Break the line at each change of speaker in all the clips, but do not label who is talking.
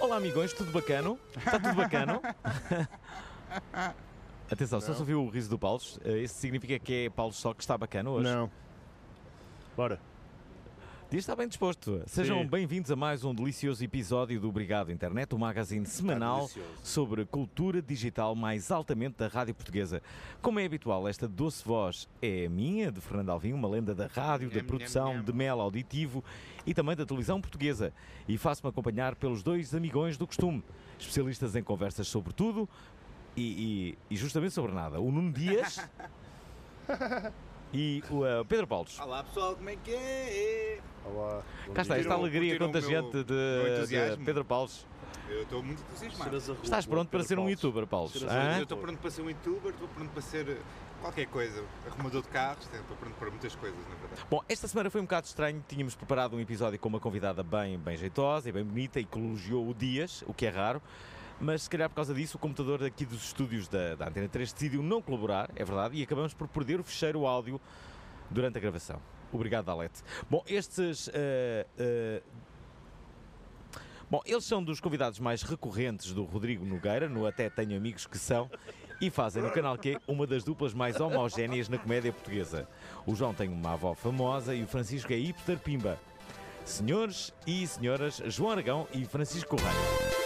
Olá, amigões, tudo bacano? Está tudo bacano? Atenção, só se
Não.
ouviu o riso do Paulo, eh, isso significa que é Paulo só que está bacano hoje.
Não. Bora.
Diz está bem disposto. Sejam
Sim.
bem-vindos a mais um delicioso episódio do Obrigado Internet, o magazine semanal
delicioso.
sobre cultura digital mais altamente da rádio portuguesa. Como é habitual, esta doce voz é a minha, de Fernando Alvim, uma lenda da rádio, da
Nham, nham,
produção,
nham.
de mel auditivo e também da televisão portuguesa. E faço-me acompanhar pelos dois amigões do costume, especialistas em conversas sobre tudo e, e- e justamente sobre nada. O Nuno Dias e o eh, Pedro Paulos.
Olá pessoal, como é que é?
Olá. Bom
Cá está
dia.
esta
Curtiram-
alegria
curtiram o
contagiante
meu-
de,
meu
de
entusiasmo?
Pedro Paulos.
Eu estou muito entusiasmado.
Cheiras a rua,
Estás pronto para
Pedro
ser um
Paulo.
youtuber, Paulos?
Cheiras a
hã?
Eu estou pronto para ser um youtuber, estou pronto para ser eh, qualquer coisa, arrumador de carros, estou pronto para muitas coisas, na verdade.
Bom, esta semana foi um bocado estranho. Tínhamos preparado um episódio com uma convidada bem, bem jeitosa e bem bonita e que elogiou o Dias, o que é raro. Mas se calhar por causa disso, o computador aqui dos estúdios da, da Antena 3 decidiu não colaborar, é verdade, e acabamos por perder o fecheiro áudio durante a gravação. Obrigado, Alete. Bom, estes. eh, eh, Bom, eles são dos convidados mais recorrentes do Rodrigo Nogueira, no Até Tenho Amigos que São, e fazem no Canal Q uma das duplas mais homogéneas na comédia portuguesa. O João tem uma avó famosa e o Francisco é hipster pimba. Senhores e senhoras, João Aragão e Francisco Correia.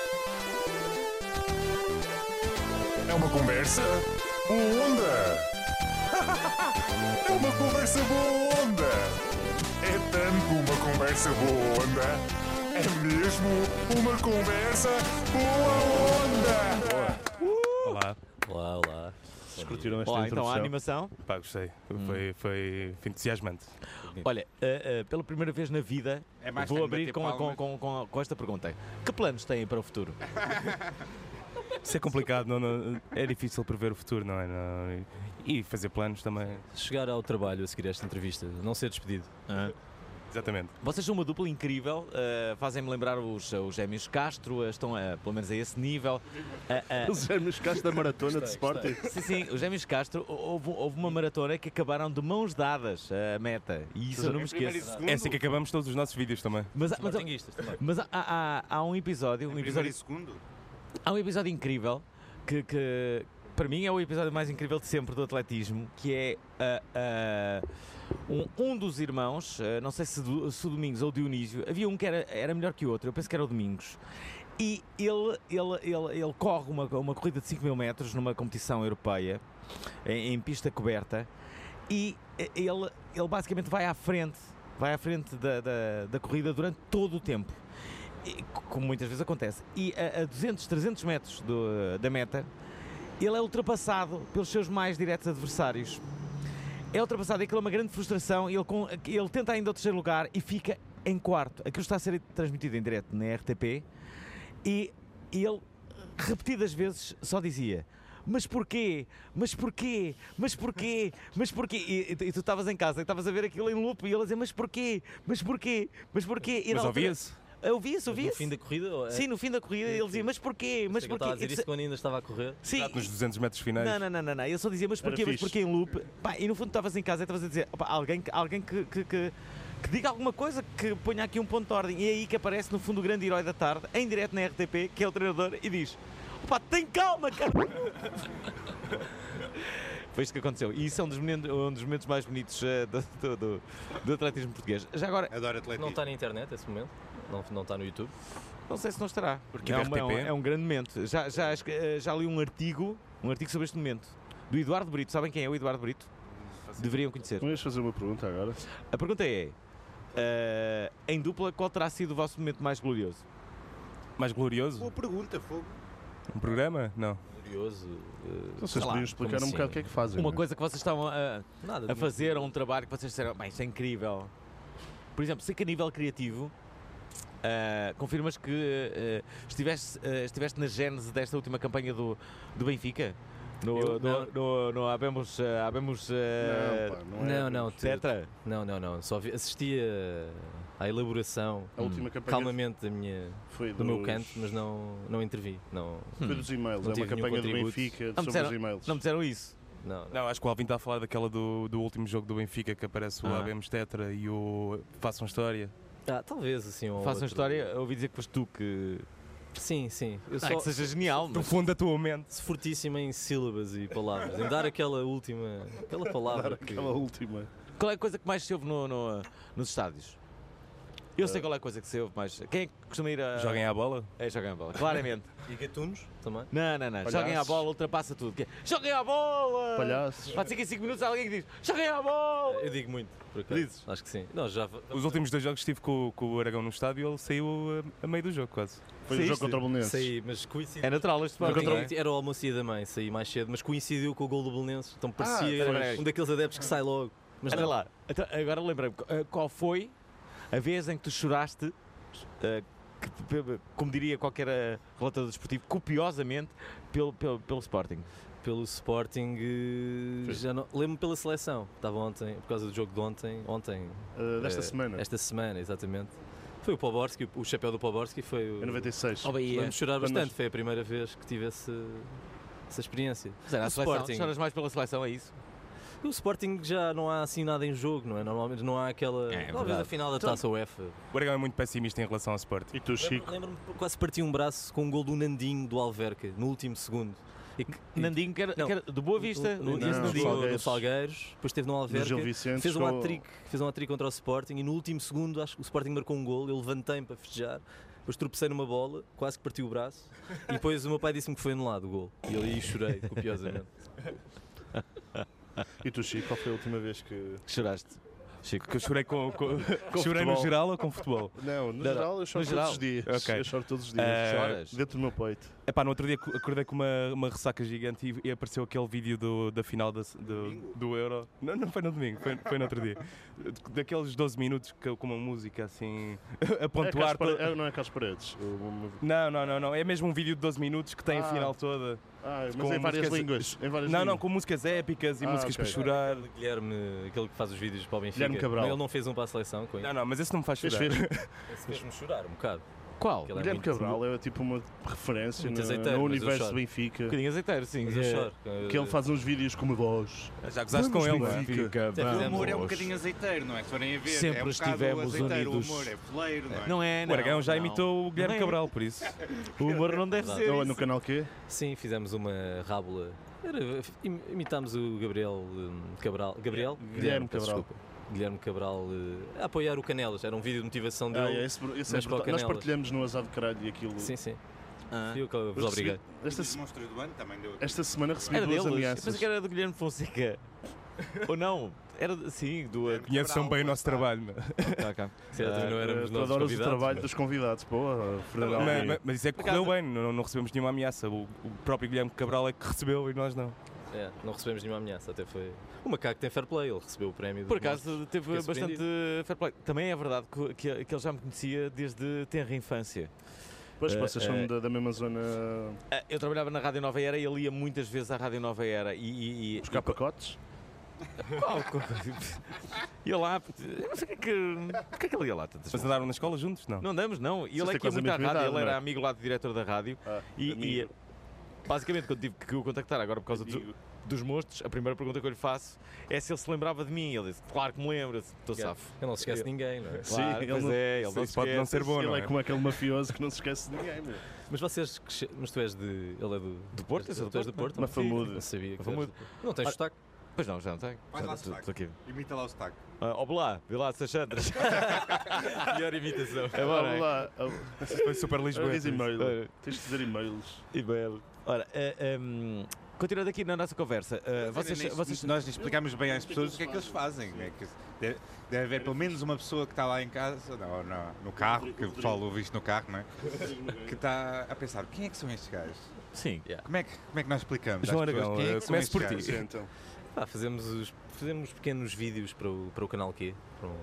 É uma conversa boa onda. É uma conversa boa onda. É tanto uma conversa boa onda. É mesmo uma conversa boa onda.
Olá. Olá, olá.
Vocês curtiram esta
Olá, então
introdução?
a animação.
Pá, gostei. Foi, foi, foi entusiasmante.
Olha, ah, ah, pela primeira vez na vida,
É mais
vou
que
abrir
bater
com, a- com-
palmas.
com- com a- com esta pergunta: Que planos têm para o futuro?
Isso é complicado, não, não- é difícil prever o futuro, não é? Não- e fazer planos também.
Chegar ao trabalho a seguir esta entrevista, não ser despedido.
Ah.
Exatamente.
Vocês são uma dupla incrível, ah, fazem-me lembrar os, os gêmeos Castro, ah, estão ah, pelo menos a esse nível. Ah, ah,
Os gêmeos cachos é da maratona de Sporting.
Sim, sim, os Gêmeos Castro, houve, houve uma maratona que acabaram de mãos dadas eh, a meta. E isso eu não me
Em primeiro
esqueço.
e segundo,
É assim que acabamos todos os nossos vídeos também.
Mas, há- mas, há-
Martinguistas também.
mas há, há- há um episódio, um
em primeiro e
episódio,
segundo.
há um episódio incrível que, que para mim é o episódio mais incrível de sempre do atletismo, que é ah, ah, um, um dos irmãos, ah, não sei se, do- se o Domingos ou o Dionísio, havia um que era, era melhor que o outro, eu penso que era o Domingos. E ele, ele, ele, ele corre uma, uma corrida de 5 mil metros numa competição europeia, em, em pista coberta, e eh, ele, ele basicamente vai à frente, vai à frente da, da, da corrida durante todo o tempo. E, c- como muitas vezes acontece. E a, a 200, 300 metros do- da meta, ele é ultrapassado pelos seus mais diretos adversários. É ultrapassado, e aquilo é uma grande frustração. Ele, com- ele tenta ainda o terceiro lugar e fica em quarto. Aquilo está a ser transmitido em direto na RTP e ele, repetidas vezes, só dizia. Mas porquê? Mas porquê? Mas porquê? Mas porquê? E, e tu- e tu estavas em casa e estavas a ver aquilo em loop e ele a dizer: Mas porquê? Mas porquê? Mas porquê? E na
Mas
altura-
ouvia-se?
Ouvia-se,
No
ouvia-se.
fim da corrida? ou é-
Sim, no fim da corrida ele dizia, mas porquê? Mas
Sei que eu estava a
porquê?
dizer isso quando ainda estava a correr.
Sim,
Nos 200 metros finais.
não, não, não, não, não. Eu só dizia, mas porquê? Mas
fixe.
porquê em loop? Pá, e no fundo estavas em casa e estavas a dizer, "Opa, alguém, que- alguém que, que, que- que diga alguma coisa, que ponha aqui um ponto de ordem. E é aí que aparece no fundo o grande herói da tarde, em direto na RTP, que é o treinador, e diz, pá, tem calma, cara. Foi isto que aconteceu. E isso é um dos, momentos- um dos momentos mais bonitos eh, do, do, do- do atletismo português. Já agora,
Adoro atletismo.
Não está na internet esse momento. Não, não está no YouTube.
Não sei se não estará. Porque
a
é, um, é, um,
RTP?
é um grande momento. Já, já, acho que, eh, já li um artigo, um artigo sobre este momento. Do Eduardo Brito. Sabem quem é o Eduardo Brito? Deveriam conhecer.
Não ias fazer uma pergunta agora?
A pergunta é: eh, em dupla, qual terá sido o vosso momento mais glorioso?
Mais glorioso?
Boa pergunta, fogo.
Um programa? Não.
Curioso. eh,
Vocês
lá,
podiam explicar
como
um bocado o
assim?
que é que fazem.
Uma
não é?
coisa que vocês estavam a,
nada.
a
de
fazer ou um trabalho que vocês disseram, bem, isto é incrível. Por exemplo, sei que a nível criativo ah, confirmas que ah, estiveste, ah, estiveste na gênese desta última campanha do, do Benfica? No, no,
Eu? Não.
no, no Habemos, ah, habemos ah,
Não, pá, não, é.
Não, não, tu-
Tetra?
não, não, não. Só vi- assisti a- à elaboração
A última campanha
calmamente da minha,
foi
do meu
dos-
canto, mas não, não intervi. Não,
Foi dos e-mails.
Não
É uma
tive nenhum
campanha do
contributo.
Benfica
Não me
sobre os
disseram-
e-mails.
Hum. Não me disseram isso?
não, não.
Não, acho que o Alvin está a falar daquela do, do último jogo do Benfica que aparece o
Ah.
Abemos Tetra e o Façam História.
Ah, talvez assim. Um
Façam
outro.
história, ouvi dizer que foste tu que.
Sim, sim.
Não
Eu
é
só
que seja genial,
Do
mas.
fundo da tua mente.
se fortíssima em sílabas e palavras. Em dar aquela última. Aquela palavra. que-
Aquela última.
Qual é a coisa que mais se ouve no, no- nos estádios? Eu sei qual é a coisa que se ouve, mas. Quem é que costuma ir a.
Joguem à bola?
É, joguem à bola, claramente.
E gatunos também.
Não, não, não. Joguem à
Palhaços.
bola, ultrapassa tudo. Que é, Joguem à bola!
Palhaços.
Pode ser que em 5 minutos há alguém que diz: Joguem à bola!
Eu digo muito, por acaso.
Dizes?
Acho que sim. Não, já.
Os últimos dois jogos que estive com, com o Aragão no estádio, ele saiu eh, a, a meio do jogo quase.
Foi o
Saíste?
jogo contra o Belenenses.
Saí, mas coincidiu.
É natural este
Não,
ponto.
tinha- era o almoço e da mãe, saí mais cedo, mas coincidiu com o gol do Belenenses,
Ah,
então parecia
espera aí.
um daqueles adeptos que sai logo. Mas
Olha
não, é?
lá, então, agora lembrei-me, eh, qual foi a vez em que tu choraste, eh, que- pe- pe- como diria qualquer eh, relatador desportivo, copiosamente pelo, pelo, pelo Sporting?
pelo Sporting, eh,
Foi.
já não, lembro-me pela seleção, estava ontem, por causa do jogo de ontem, ontem,
Uh, desta
eh,
semana,
esta semana, exatamente. Foi o Poborski, o chapéu do Poborski foi o...
em 96.
Lembro-me de chorar
Quando
bastante,
nós-
foi a primeira vez que tive esse, essa experiência.
Mas era a
O
seleção.
Sporting.
Choras mais pela seleção, é isso?
E o Sporting já não há assim nada em jogo, não é? Normalmente não há aquela...
É, é
talvez
verdade.
a final da Taça UEFA,
O Aragão é muito pessimista em relação ao Sporting.
E tu, Chico?
Lembro- Lembro-me que quase parti um braço com um gol do Nandinho do Alverca, no último segundo. E que-
Nandinho, que era,
Não.
que era de Boa Vista,
no, no,
esse
no,
não,
Nandinho.
Salgueiros.
Salgueiros.
no Salgueiros, depois esteve no
Do Gil
Alverca,
Vicente.
fez um
chegou-
hat-trick, fez um hat-trick contra o Sporting e no último segundo acho que o Sporting marcou um gol, eu levantei-me para festejar, depois tropecei numa bola, quase que parti o braço e depois o meu pai disse-me que foi anulado o gol. E eu aí chorei copiosamente.
E tu, Chico, qual foi a última vez que.
Que choraste. Chico.
Que eu chorei com. com- chorei no
futebol.
geral ou com futebol?
Não, no
Não,
geral eu choro
no
todos
geral.
os dias.
Ok.
Eu choro todos os dias.
Eh,
Choras?
Dentro do meu peito.
Epá, no outro dia ac- acordei com uma, uma ressaca gigante e, e apareceu aquele vídeo do- da final da- do,
Domingo?
do Euro. Não, não foi no domingo, foi, foi no outro dia. Daqueles 12 minutos que, com uma música assim a
É Carlos
pontuar.
Pare-
to-
é, não é Carlos Paredes. O- o-
Não, não, não, não. É mesmo um vídeo de 12 minutos que tem a
Ah.
final toda.
Ah, mas
Com
em várias
músicas-
línguas. Em várias
Não,
línguas.
não, com músicas épicas e
Ah,
músicas
ok.
para chorar.
O Guilherme, aquele que faz os vídeos para o Benfica,
Guilherme Cabral.
ele não fez um para a seleção com
Não, não, mas esse não me faz
Fez,
chorar. Um
fez.
Esse fez-me chorar um bocado.
Qual?
Aquele
Um
é
Guilherme
muito-
Cabral é tipo uma referência
Muito
no,
azeiteiro,
no
mas eu
universo
choro.
do Benfica.
bocadinho azeiteiro, sim.
Mas eu
É.
choro.
Que ele faz uns vídeos com uma voz.
Já gozaste com
Vamos,
ele, não é?
Benfica.
O
Fizemos
humor é um
hoje.
bocadinho azeiteiro, não é? Se forem a ver,
Ah, Sempre
é um bocado
estivemos
azeiteiro,
unidos.
O humor é poleiro, não é?
Não é,
O
não.
Aragão já
não.
imitou o Guilherme
Não é.
Cabral, por isso.
O humor não deve
Verdade.
ser.
Não, é
isso.
no canal Q?
Sim, fizemos uma rábula. Era- im- imitámos o Gabriel hum, Cabral. Gabriel?
Guilherme
peço
Cabral.
desculpa. Guilherme Cabral eh, a apoiar o Canelas. Era um vídeo de motivação
Ah,
dele.
é, esse, esse é
mas com
brutal. Nós
canelas.
partilhamos no Azar de Caralho e aquilo.
Sim, sim.
Ah.
Fui eu que vos
Eu recebi-
obriguei.
Esta,
Os monstros do ano também deu.
esta semana recebi
Era
duas
deles. Eu
ameaças.
pensei que era do Guilherme Fonseca. Ou não? Era, sim, do.
Conheces tão bem o nosso trabalho. não?
Tá, cá.
Certo,
Ah,
não éramos
Eh, Tu
nós
adoras
os
o
convidados,
trabalho
mas-
dos convidados, pô, Fernando
Mas-
Almeida.
mas, mas isso é que
Por
correu
acaso-
bem, não, não recebemos nenhuma ameaça. O, o próprio Guilherme Cabral é que recebeu e nós não.
É, não recebemos nenhuma ameaça. Até foi. O macaco tem fair play. Ele recebeu o prémio.
Por
dos
acaso teve
Fiquei
bastante fair play. Também é verdade que, que- que ele já me conhecia desde tenra infância.
Pois,
Eh,
vocês são
eh,
da, da mesma zona.
Ah, Eu trabalhava na Rádio Nova Era e ele ia muitas vezes à Rádio Nova Era e. e, e
Buscar pacotes?
Qual? Qual- ia lá. Eu não sei o que é que. Porquê é que ele ia lá tantas
Mas
vezes?
andaram na escola juntos? Não.
Não andamos, não. E ele
Vocês
é
têm
que ia
quase a
muito à
mesma
rádio,
idade,
ele era
não é?
amigo lá do diretor da rádio.
Ah,
E, e-
amigo.
basicamente, quando tive que o contactar agora por causa do-
Amigo.
dos monstros, a primeira pergunta que eu lhe faço é se ele se lembrava de mim. Ele disse: Claro que me lembro, Eu disse, estou
Claro.
safo.
Ele não se esquece de ninguém, não é?
Sim,
Claro,
ele
pois
não-
é, ele não
isso pode não
esquece.
ser bom, não
Ele
é?
é como aquele mafioso que não se esquece de ninguém, meu.
Mas vocês. que che- Mas tu és de. Ele é do.
Do Porto? Eu sou do
Tu és do
Porto,
Porto?
não.
Mafamudo.
Não sabia. que tu
Mafamudo.
eras do Porto. Não
Ah.
tens sotaque.
Pois não, já não tenho.
Faz lá
Estou
sotaque.
estou aqui.
Imita lá o sotaque.
Ah, Olá, vê lá, Sachandras. É
Pior imitação.
Agora,
Olá,
Foi super Lisboa.
diz e-mail.
Olha.
Tens de dizer e-mails.
E belo. Ora, ah, hum, eh, Continuando aqui na nossa conversa, ah, vocês,
Eh, Vocês,
vocês-
nós explicamos bem às pessoas o que é que eles fazem. É que deve, deve haver pelo menos uma pessoa que está lá em casa, ou no, no carro, que o pessoal ouve isto no carro, não é? Que está a pensar: quem é que são estes gajos?
Sim.
Como é que, como é que nós explicamos?
João
às pessoas
Aragão,
quem é
eh,
que são
comece
estes
por ti.
gajos?
Sim, então.
Pá, fazemos, os, fazemos pequenos vídeos para o, para o canal Q, para um,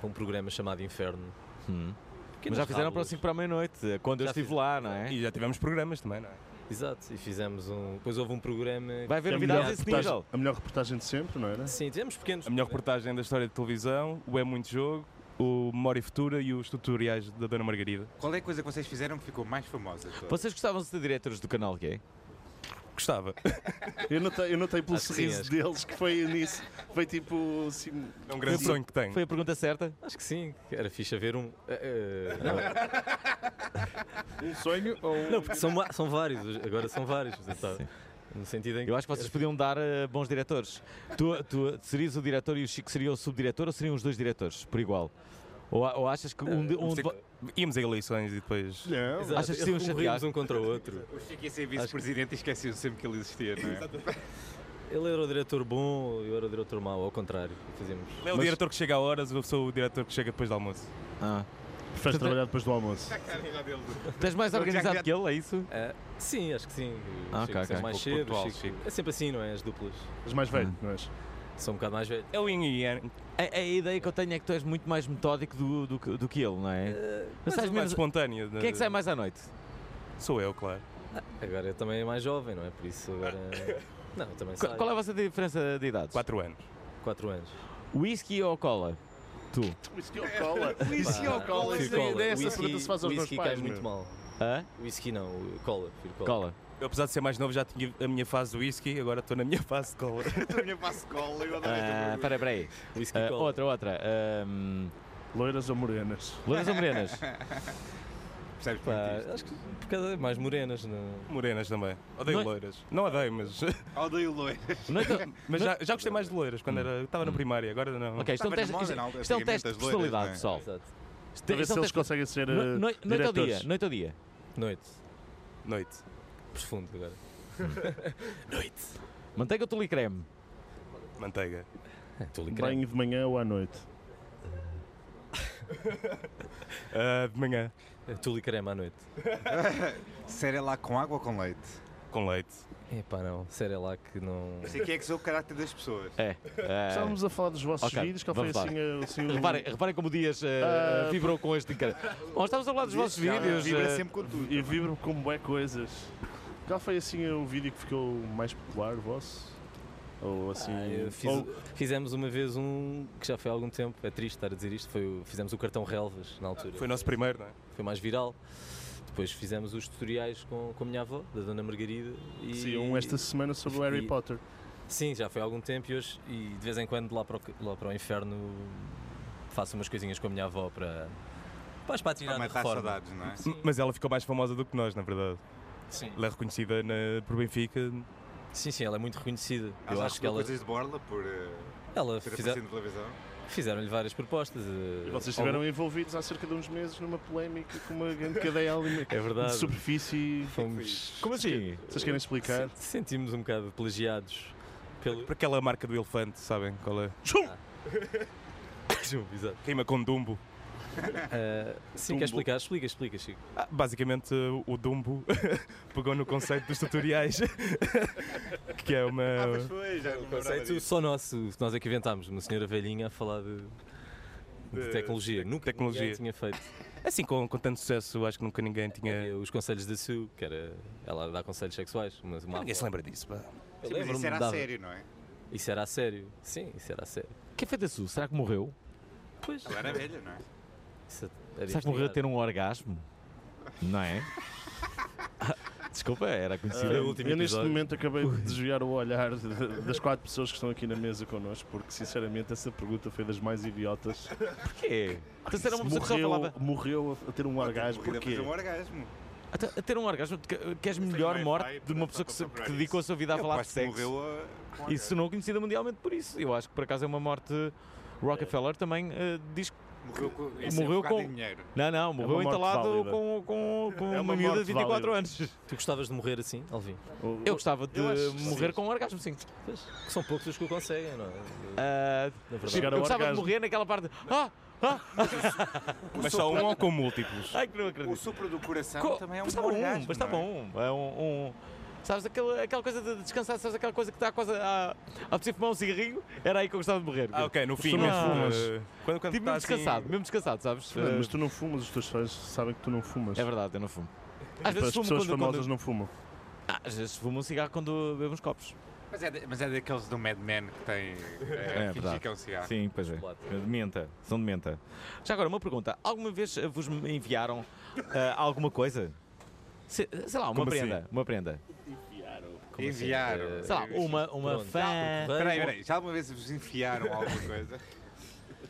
para um programa chamado Inferno.
Hum. Mas
Pequenas
já fizeram para o
fábulas.
5 para a meia-noite, eh, quando eu
Já
estive
fiz-
lá, não é?
E já tivemos programas também, não é?
Exato, e fizemos um. Depois houve um programa.
Vai haver
É a
novidades
melhor
a esse
reportagem-
nível.
A melhor reportagem de sempre, não era?
Sim, tivemos pequenos.
A melhor reportagem da história de televisão, o É Muito Jogo, o Memória Futura e os tutoriais da Dona Margarida.
Qual é a coisa que vocês fizeram que ficou mais famosa? de todas?
Vocês gostavam de ser diretores do canal gay?
Gostava.
Eu notei, eu notei pelo
Acho que sim,
sorriso
acho
deles que foi nisso. Foi tipo assim.
É um grande sonho que tenho.
Foi a pergunta certa?
Acho que sim, que era fixe haver um. eh, eh, não,
Um sonho ou.
não, porque são, ma- são vários, agora são vários. tá? No sentido em que.
Eu acho que vocês podiam dar eh, bons diretores. Tu, tu serias o diretor e o Chico seria o subdiretor ou seriam os dois diretores, por igual? Ou, a- ou achas que um, de, um de vo-
Íamos a eleições e depois.
Não.
Exato,
achas que se iam
recorríamos
chatear?
um contra o outro.
O Chico ia ser vice-presidente e esqueciam sempre que ele existia, não é?
Ele era o diretor bom, eu era o diretor mau, ao contrário. Fazíamos.
É o diretor que chega a horas, eu sou o diretor que chega depois do almoço.
Ah.
Preferes trabalhar depois do almoço.
Tu és mais organizado que ele, é isso?
Ah, sim, acho que sim. O
Ah,
Chico
ok,
sai
ok.
mais
Um pouco
cedo. o
pontual,
Chico- É sempre assim, não é? As duplas.
Mas mais velho, não és?
São um bocado mais velhos.
É o Yin e Yang,
A, a ideia que eu tenho é que tu és muito mais metódico do, do, que- do que ele, não é? Mas
mas
sais
é mais
menos... Quem
espontânea.
é que sai mais à noite?
Sou eu, claro.
Agora eu também é mais jovem, não é? Por isso agora. Não, eu também
Qu-
saio.
Qual é a vossa diferença de idades?
4 anos.
4 anos.
Whisky ou cola? Tu?
Whisky ou cola?
Whisky ou cola?
é Essa ideia, essa pergunta se faz aos meus
Ah, whisky cai
pais.
muito
meu.
mal.
Hã?
Whisky não, o cola. prefiro
Cola.
Eu, apesar de ser mais novo, já tinha a minha fase do whisky, agora estou na minha fase de cola.
A minha passo cola, eu adoro esta
Ah,
pergunta.
Espera, espera aí.
Whisky
Ah,
cola.
outra, outra. Um,
Loiras ou morenas?
Louras ou morenas?
Percebes
Pá,
muito isto?
acho é que por causa mais morenas. Não.
Morenas também. Odeio
Não é-
loiras. Não odeio, mas,
Odeio loira.
Noite ou-
mas já, já gostei mais de loiras quando era, estava na primária, agora não.
Ok, isto é um
Estava na
teste,
moda,
isto-
na altura,
isto é um
antigamente,
teste de
as loiras,
personalidade,
não é?
pessoal.
Exato.
Isto-
Para ver
isto é
se
um teste-
eles conseguem ser.
No-
eh,
noi- Noite ao dia,
diretores.
noite ao dia.
Noite.
Noite.
Profundo agora.
Manteiga ou tule e creme?
Manteiga.
Estou
Banho de manhã ou à noite?
Ah, de manhã,
Tule e creme é à noite.
Sério é lá com água ou com leite?
com leite.
Epá, não. Sério é lá que não.
Não sei que é que sou o caráter das pessoas.
É. eh,
Estávamos a falar dos vossos
ok,
vídeos, qual foi
vamos lá.
assim, eh, assim o-
reparem, reparem como o Dias eh,
Ah,
vibrou com este encargo. Bom, estávamos a falar dos vossos
Já
vídeos.
Vibra
eh,
sempre com tudo.
Eu vibro como bué coisas. Qual foi assim o vídeo que ficou mais popular vosso? Ou assim.
Ah, eu fiz-
ou-
Fizemos uma vez um que já foi há algum tempo, é triste estar a dizer isto, foi, o- fizemos o cartão Relvas na altura.
Foi o nosso primeiro, não é?
Foi mais viral. Depois fizemos os tutoriais com, com a minha avó, da Dona Margarida. E,
sim, um esta semana sobre o Harry
e-
Potter.
Sim, já foi há algum tempo e hoje, e de vez em quando lá para o, lá para o inferno faço umas coisinhas com a minha avó para. Pás para tirar
Também
da
está
reforma.
saudades, não é?
Sim,
Mas ela ficou mais famosa do que nós, na verdade.
sim.
Ela é reconhecida na- por Benfica.
sim, sim, ela é muito reconhecida.
Ela
Eu
já
acho que
recebeu
ela,
coisas de borla por eh,
ela
ter
fizer-
aparecido na televisão.
fizeram-lhe várias propostas. eh,
E vocês
ao-
estiveram envolvidos há cerca de uns meses numa polémica com uma grande cadeia alimentar.
É
de
verdade.
superfície.
Fomos,
Como assim?
Vocês querem explicar?
Se- Sentimos um bocado plagiados pelo.
Por aquela marca do elefante, sabem? Qual é?
Exato.
Rima com Dumbo.
Ah, sim,
Tumbo.
quer explicar? Explica, explica, Chico.
Ah, Basicamente, o Dumbo pegou no conceito dos tutoriais, que é uma.
Ah, pois foi, é já não me lembrava
Conceito
disso.
só nosso, nós é que inventámos. Uma senhora velhinha a falar de, de
De-
tecnologia.
tec-
Nunca
tecnologia.
ninguém tinha feito.
Assim, com, com tanto sucesso, acho que nunca ninguém tinha.
Havia Os conselhos da Sue, que era. Ela dá conselhos sexuais. Uma, uma
Ninguém se lembra disso, pá.
Eu
Sim, mas
lembro-me,
isso era a
dava.
sério, não é?
Isso era a sério. Sim, isso era a sério.
Quem foi da Su? Será que morreu?
Pois.
Ela era velha, não é?
Isso é- é
Será que morreu a
investigar.
ter um orgasmo? Não é? Ah, Desculpa, era
Ah,
conhecida.
o último
eu neste
episódio.
momento acabei de desviar o olhar de- das quatro pessoas que estão aqui na mesa connosco, porque sinceramente essa pergunta foi das mais idiotas.
Porquê? Então, se era uma pessoa que só
Morreu,
falava.
morreu a- a ter um orgasmo,
Morrida
porquê?
fazer um orgasmo.
Até- A ter um orgasmo, que- que és
Essa
melhor
imagem
morte
vai
de uma
para-
pessoa que,
para
se-
procurar
que
isso.
dedicou a sua vida a falar de
Quase
sexo.
morreu a... com um
Isso
orgasmo.
não é conhecida mundialmente por isso. Eu acho que por acaso é uma morte. Rockefeller também eh, diz que
Morreu com,
Morreu com-
dinheiro.
Não, não, morreu
É uma morte
entalado
válida.
com, com,
Um
com
É
uma
uma
miúda de
morte
24
válida.
anos.
Tu gostavas de morrer assim, Alvin?
O-
Eu gostava de
Eu acho que
morrer
sim. É
com um orgasmo, sim.
Pois, que são poucos os que o conseguem, não é?
Ah,
Na verdade.
Chegar
eu
ao
gostava de
orgasmo.
morrer naquela parte. de, Ah, ah,
Mas só um ou com múltiplos?
ai que não
O
acredito.
sopro do coração
Co-
também é um
bastava
orgasmo,
um, bastava
não é?
um. É um, um- Sabes, aquela, aquela coisa de descansar, sabes, aquela coisa que está quase a, a preciso fumar um cigarrinho, era aí que eu gostava de morrer.
Ah, ok, no fim.
não
mas,
fumas.
eh, Quando, quando
Tipo, mesmo
tá assim-
descansado, mesmo descansado, sabes?
Fernando,
Eh,
mas tu não fumas, os teus fãs sabem que tu não fumas.
É verdade, eu não fumo.
Para
Às vezes
as
fumo,
pessoas
quando,
famosas
quando-
não fumam.
Ah, às vezes fumo um cigarro quando bebo uns copos.
Mas é, de- mas é daqueles do Mad Men que tem.
É
É, fingir
verdade.
que é um cigarro.
Sim, pois é. De menta, são de menta. Já agora, uma pergunta. Alguma vez eh, vos enviaram eh, alguma coisa? Se- sei lá, uma
Como
prenda.
assim?
Uma prenda.
Como assim?
Enviaram.
Sei lá, uma, uma
Pronto.
fã.
Peraí, peraí, já alguma vez vos enfiaram alguma coisa?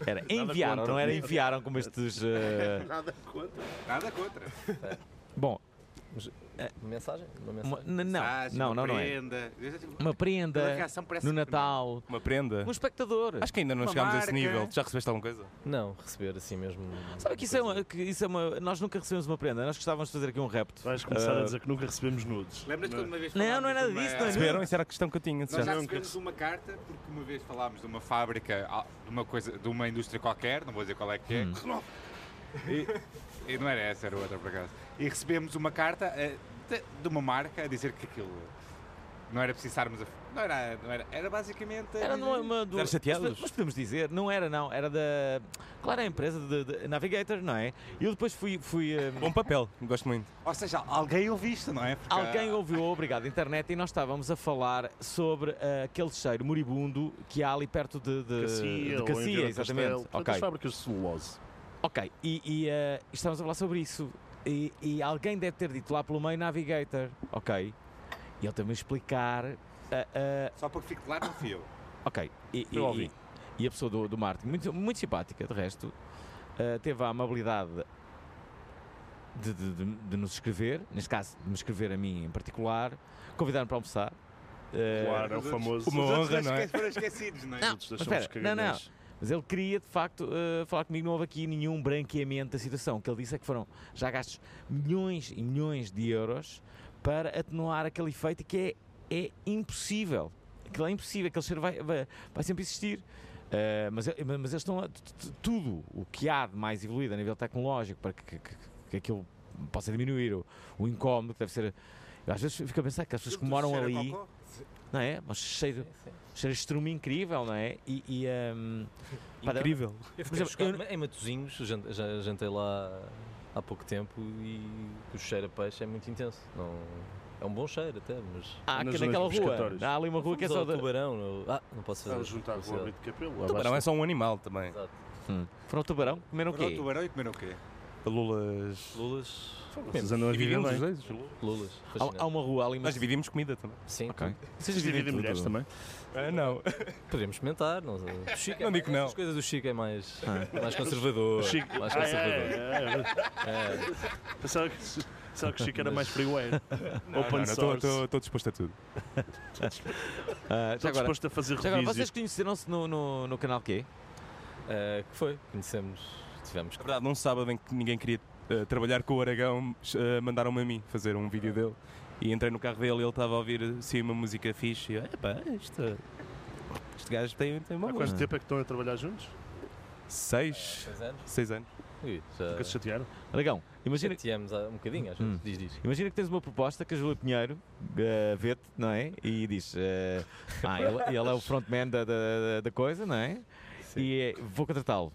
Era enviaram,
contra.
não era enviaram como estes. eh,
Nada contra.
Bom,
Uma mensagem? Uma
uma-
mensagem?
n- não,
Mensagem,
não, não,
uma
não é.
prenda. Eu já tive-
Uma
Toda a
prenda
reação parece
no
que não.
Natal.
Uma prenda?
Um espectador.
Acho que ainda não
Uma
chegámos a
marca.
esse nível. Tu já recebeste alguma coisa?
Não, receber assim mesmo.
Sabe que isso é, uma,
coisa.
que isso é uma. Nós nunca recebemos uma prenda, nós gostávamos de fazer aqui um repto.
Vais começar
Ah,
a dizer que nunca recebemos nudes.
Lembras-te quando uma vez
Não,
falámos
não é nada
de uma-
disso, não é nada.
Receberam? Isso era a questão que eu tinha.
Nós já
Já.
recebemos uma carta porque uma vez falámos de uma fábrica, ah, de uma coisa, de uma indústria qualquer, não vou dizer qual é que é.
Hum.
E, e não era essa, era outra por acaso. E recebemos uma carta eh, de, de uma marca a dizer que aquilo não era preciso estarmos a. Não era, não era, era basicamente. eh, a
Era
dizer-
de uma, uma do-
Eram chateados?
Mas, mas podemos dizer, não era não, era da. Claro, é a empresa de, de Navigator, não é? E eu depois fui. fui eh,
Bom papel, gosto muito.
Ou seja, alguém ouviu isto, não é? Porque
alguém
há-
ouviu a Obrigado Internet e nós estávamos a falar sobre eh, aquele cheiro moribundo que há ali perto de, de de Cacia,
ou Viana do Castelo,
exatamente.
portanto,
Ok,
As fábricas de celulose.
ok. E, e eh, estávamos a falar sobre isso. E, e alguém deve ter dito lá pelo meio Navigator, ok? E ele também explicar. eh, eh,
Só porque fico lá no fio.
Ok. E, e-
Eu ouvi.
e- e a pessoa do, do marketing, muito, muito simpática, de resto, eh, teve a amabilidade de, de- de- de nos escrever, neste caso, de me escrever a mim em particular, convidar-me para almoçar. Eh,
Claro, é o
Os outros-
famoso.
Uma
Os outros
honra,
acho
não
que
é?
Foram esquecidos, não é?
Não,
Todos
mas
achamos
espera, não, não.
cagalhões.
Mas ele queria, de facto, eh, falar comigo. Não houve aqui nenhum branqueamento da situação. O que ele disse é que foram já gastos milhões e milhões de euros para atenuar aquele efeito que é, é impossível. Aquilo é impossível, aquele cheiro vai, vai, vai sempre existir. Eh, mas, eh, mas eles estão a, t- t- tudo o que há de mais evoluído a nível tecnológico para que, que, que- que aquilo possa diminuir o, o incómodo que deve ser. Eu às vezes fico a pensar que as pessoas que moram
Cheira a
ali,
cocô?
não é? Mas cheiro, cheiro de estrume incrível, não é? E, e, ehm, pá, dá-
Incrível.
Eu fiquei
Por exemplo,
chocado. Em Matosinhos, jan- já jantei lá há pouco tempo e o cheiro a peixe é muito intenso. Não... É um bom cheiro até, mas.
Ah,
Nas
que
zonas
naquela rua.
pescatórios.
Há ali uma rua que é
Vamos
só
ao
de.
tubarão. não- Ah, não posso fazer.
Vamos juntar com o
publicidade.
amigo de capelo.
Tubarão é só um animal também.
Exato.
Hum. Foram ao tubarão? Comeram o
Foram ao
quê?
tubarão e comeram o quê?
Lulas.
Lulas.
Vocês andam a
E
viver
Dividimos os
bem.
dois.
Lulas.
Há, um- há uma rua ali,
Nós
mas.
dividimos comida também.
Sim,
Ok.
Vocês dividem mulheres também?
Ah, não.
podemos comentar. Não, o Chico é
Não digo
mais-
não.
As coisas do Chico é mais, mais conservador. Mais
Ah, é,
conservador.
é,
É.
é. Pensava que pensava que o Chico era mais freeway. Open source.
Estou disposto a tudo.
Ah, já
Estou
agora,
disposto a fazer
já agora,
revistas.
vocês conheceram-se no, no, no canal quê?
Eh, que foi? Conhecemos. Tivemos.
Na É verdade, num sábado em que ninguém queria eh, trabalhar com o Aragão, eh, mandaram-me a mim fazer um vídeo dele. E entrei no carro dele e ele estava a ouvir assim uma música fixe. E eu, epá, isto, este gajo tem, tem bom
Há quanto tempo é que estão a trabalhar juntos?
Seis,
Seis anos?
seis anos.
Ui, já.
Nunca se chatearam?
Aragão, imagina,
Chateamos há um bocadinho, às
Hum.
vezes. Diz, diz.
imagina que tens uma proposta que a Júlia Pinheiro eh, vê-te, não é? E diz: eh, Ah, ele, ele é o frontman da, da, da coisa, não é? E eh, vou contratá-lo.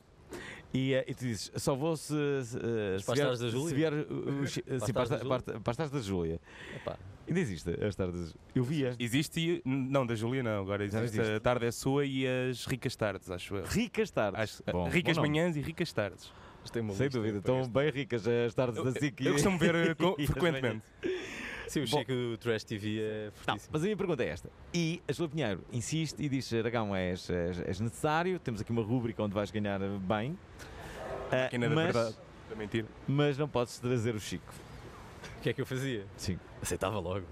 E, eh, e tu dizes, só vou se. se, eh, se
para as
vier-
tardes da Júlia?
Se vier, o- o- sim,
as
para as
tardes da
ta- para- para as tardes da Júlia.
Epá,
Ainda existe as tardes. Eu via.
Existe, e- não, da Julia não, agora
Já
existe.
existe.
A tarde é sua e as ricas tardes, acho eu.
Ricas tardes.
Acho-
eh,
Bom,
ricas
bom nome.
manhãs e ricas tardes.
mas tem uma
Sem
lista
dúvida,
é, para
estão bem ricas as tardes da SIC. e-
Eu costumo ver eh, co-
e as
frequentemente.
este. Sim, o
Bom.
Chico do Trash TV é
Não,
fortíssimo.
mas a minha pergunta é esta. E a Júlia Pinheiro insiste e diz: Aragão, és, és, és necessário, temos aqui uma rúbrica onde vais ganhar eh, bem, Ah,
Máquina é da
mas,
verdade, da mentira.
mas não podes trazer o Chico.
O que é que eu fazia?
Sim.
Aceitava logo.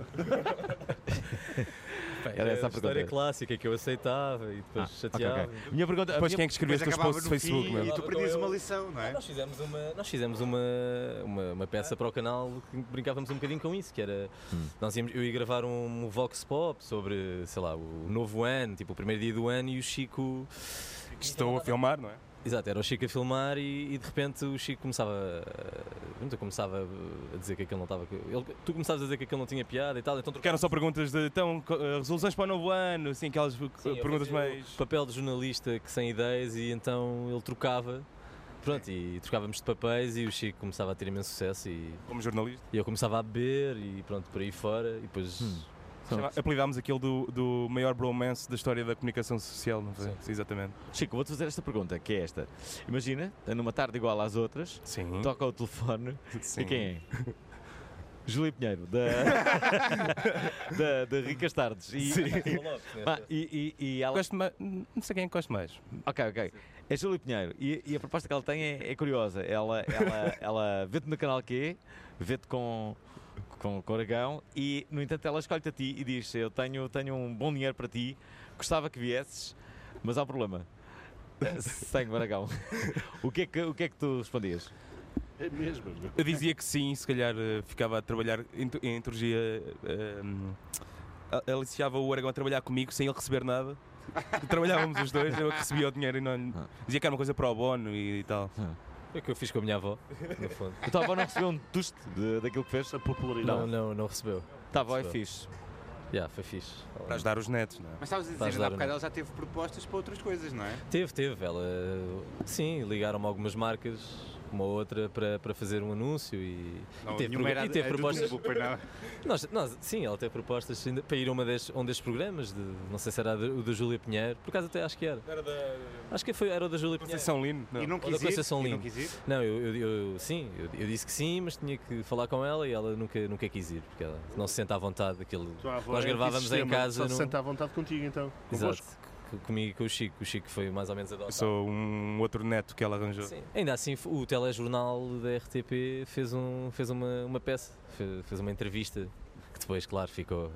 Era essa
a Ah,
a
história
pergunta.
clássica que eu aceitava e depois chateava.
Ok, ok. Minha pergunta. a
Depois
minha-
quem é que escrevia os
Depois
teus
acabava no
posts no Facebook,
fim
meu?
e
meu.
tu perdias uma lição, não é?
Nós fizemos uma, nós fizemos uma, uma, uma peça para o canal que brincávamos um bocadinho com isso, que era nós íamos, eu ia gravar um Vox Pop sobre, sei lá, o novo ano, tipo o primeiro dia do ano e o Chico
Que estou a filmar, não é?
Exato, era o Chico a filmar e, e de repente o Chico começava a, pronto, começava a dizer que aquilo não estava. ele- tu começavas a dizer que aquilo não tinha piada e tal, então
Porque
trocaram
eram só perguntas de então, co- eh, resoluções para o novo ano, assim, aquelas eh, perguntas mais.
papel de jornalista que sem ideias e então ele trocava. Pronto, e trocávamos de papéis e o Chico começava a ter imenso sucesso e,
Como jornalista.
e eu começava a beber e pronto, por aí fora e depois.
Chama- Apelidámos aquele do, do maior bromance da história da comunicação social, não foi?
Sim.
Sim, exatamente.
Chico, vou-te fazer esta pergunta, que é esta. Imagina, numa tarde igual às outras,
Sim.
toca o telefone
Sim.
e quem é? Júlio Pinheiro, da, da, da Ricas Tardes. E, Pá, e, e, e ela.
Gosto mais, não sei quem é que gosto mais.
Ok, ok. É Júlio Pinheiro. E, e a proposta que ela tem é, é curiosa. Ela, ela, ela vê-te no canal Q, vê-te com, com, com o Aragão e, no entanto, ela escolhe-te a ti e diz: Eu tenho, tenho um bom dinheiro para ti, gostava que viesses, mas há um problema. Eh, Sem o Aragão. O que, é que, o que é que tu respondias?
É mesmo, meu.
Eu dizia que sim, se calhar eh, ficava a trabalhar em, tu- em enturgia. eh, hum, a- aliciava o Aragão a trabalhar comigo sem ele receber nada. Trabalhávamos os dois, eu é que recebia o dinheiro e não.
Ah.
Dizia que era uma coisa para o bono e, e tal.
Foi o que eu fiz com a minha avó, no fundo.
A tua avó não recebeu um tuste de- daquilo que fez?
A
Não,
popularidade.
não, não recebeu.
Tá bom, é fixe.
Já, foi fixe.
Para ajudar os netos, não é?
Mas estavas a
Vais
dizer,
dar
há
um-
bocado ela já teve propostas para outras coisas, não é?
Teve, teve. Ela, sim, ligaram-me algumas marcas, uma ou outra, para, para fazer um anúncio e, e teve,
nenhuma
propo-
era
e teve
a do
propostas.
Tubo, pois não.
Nós, nós- sim, ela teve propostas ainda para ir a uma des- a um destes programas, de, não sei se era de- o da Júlia Pinheiro, por acaso até acho que era.
Era
Acho que foi, era o da Júlia
da
Pinheiro.
São Lino? Não. é?
E não
Ou da
quis ir.
Conceição
e não
Lima.
quis ir.
Não, eu, eu- eu- sim, eu, eu disse que sim, mas tinha que falar com ela e ela nunca, nunca quis ir, porque ela não se sente à vontade daquilo.
Tua avó
Nós
é
gravávamos em
antissistema,
casa.
Só se
num-
senta à vontade contigo, então.
Exato,
Convosco.
c- comigo e com o Chico. O Chico foi mais ou menos
Eu
adotado.
sou um outro neto que ela arranjou.
Sim. Ainda assim, f- o telejornal da RTP fez, um, fez uma, uma peça, fe- fez uma entrevista que depois, claro, ficou,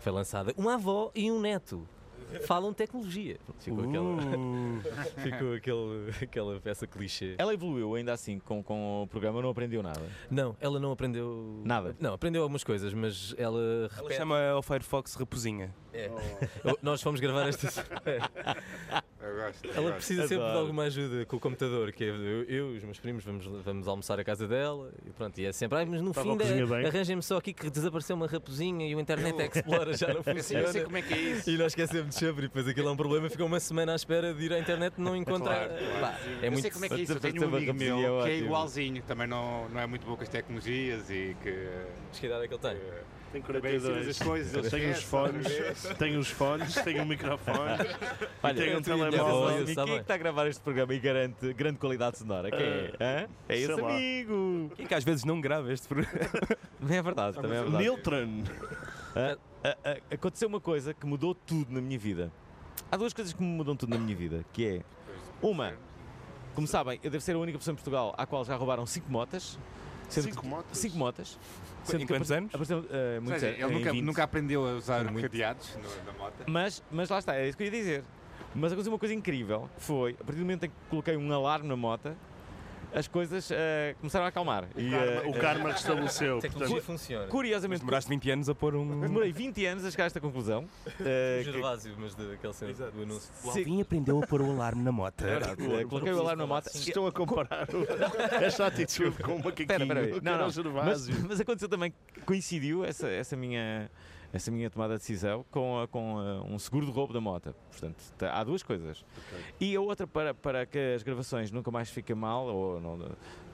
foi lançada. Uma avó e um neto falam de tecnologia. Pronto, Ficou,
Uh,
aquela, ficou aquele, aquela peça clichê.
Ela evoluiu ainda assim com, com o programa, não aprendeu nada.
Não, ela não aprendeu
Nada.
Não, aprendeu algumas coisas, mas ela
ela
repete.
chama ao Firefox Raposinha.
Eu- Nós fomos gravar esta.
Eu gosto. eu
Ela
gosto.
precisa sempre de
Adoro.
alguma ajuda com o computador, que é eu, eu e os meus primos vamos, vamos almoçar à casa dela e pronto, e é sempre, ai, mas no
Estava
fim
a cozinha bem."
da- arranjem-me só aqui que desapareceu uma raposinha e o Internet Explorer já não
Eu sei, eu sei
funciona.
como é que é isso.
E nós esquecemos de sempre e depois aquilo é um problema, fica uma semana à espera de ir à internet não encontra.
Claro, claro.
Pá, é
eu
muito
sei como é que é isso. Eu
Essa
tenho um amigo
barramia é
meu que é
ótima.
igualzinho, também não, não é muito bom com as tecnologias e que.
que idade é que ele tem.
eh,
Tem
Bem, ensina
42.
as coisas, eles
Tem uns
esquecem,
É
fones,
outra vez.
tem uns fones, tem um microfone.
Olha,
tem um
eu tenho
telemóvel.
ideia desse amigo.
Esse
Quem
está
é
bem.
que está a gravar este programa e garante grande qualidade sonora? Quem é? Hã? É
sei
esse
lá.
amigo!
Quem é que às vezes não grava este programa?
Não é verdade, também é verdade.
Niltron.
Hã? Ah, ah, aconteceu uma coisa que mudou tudo na minha vida. Há duas coisas que me mudam tudo na minha vida, que é uma, como sabem, eu devo ser a única pessoa em Portugal à qual já roubaram cinco motas. sendo
Cinco
que-
motas?
Cinco motas.
Em quantos anos?
Apareceu, ah,
Ou
muitos
seja,
anos,
é, ele
em
nunca,
20.
nunca aprendeu a usar cadeados no- na moto.
Mas, mas lá está, é isso que eu ia dizer. Mas aconteceu uma coisa incrível, que foi, a partir do momento em que coloquei um alarme na moto, as coisas ah, começaram a acalmar. E, ah,
eh, O karma restabeleceu.
A tecnologia funciona.
Curiosamente,
Demoraste 20 anos a pôr um.
demorei 20 anos a chegar a esta conclusão. eh,
O
que-
Gervásio, é mas daquele cena do anúncio.
O
Sim.
Alvin aprendeu a pôr o alarme na moto.
eh, coloquei
é
o alarme na moto. Espera,
Estão a comparar o- esta atitude com o macaquinho
espera. aí.
que era o
Não, não. Mas,
Gervásio.
mas aconteceu também que coincidiu essa, essa minha essa minha tomada de decisão com, a- com a- um seguro de roubo da moto. Portanto, tá- há duas coisas. E a outra para, para que as gravações nunca mais fiquem mal ou não,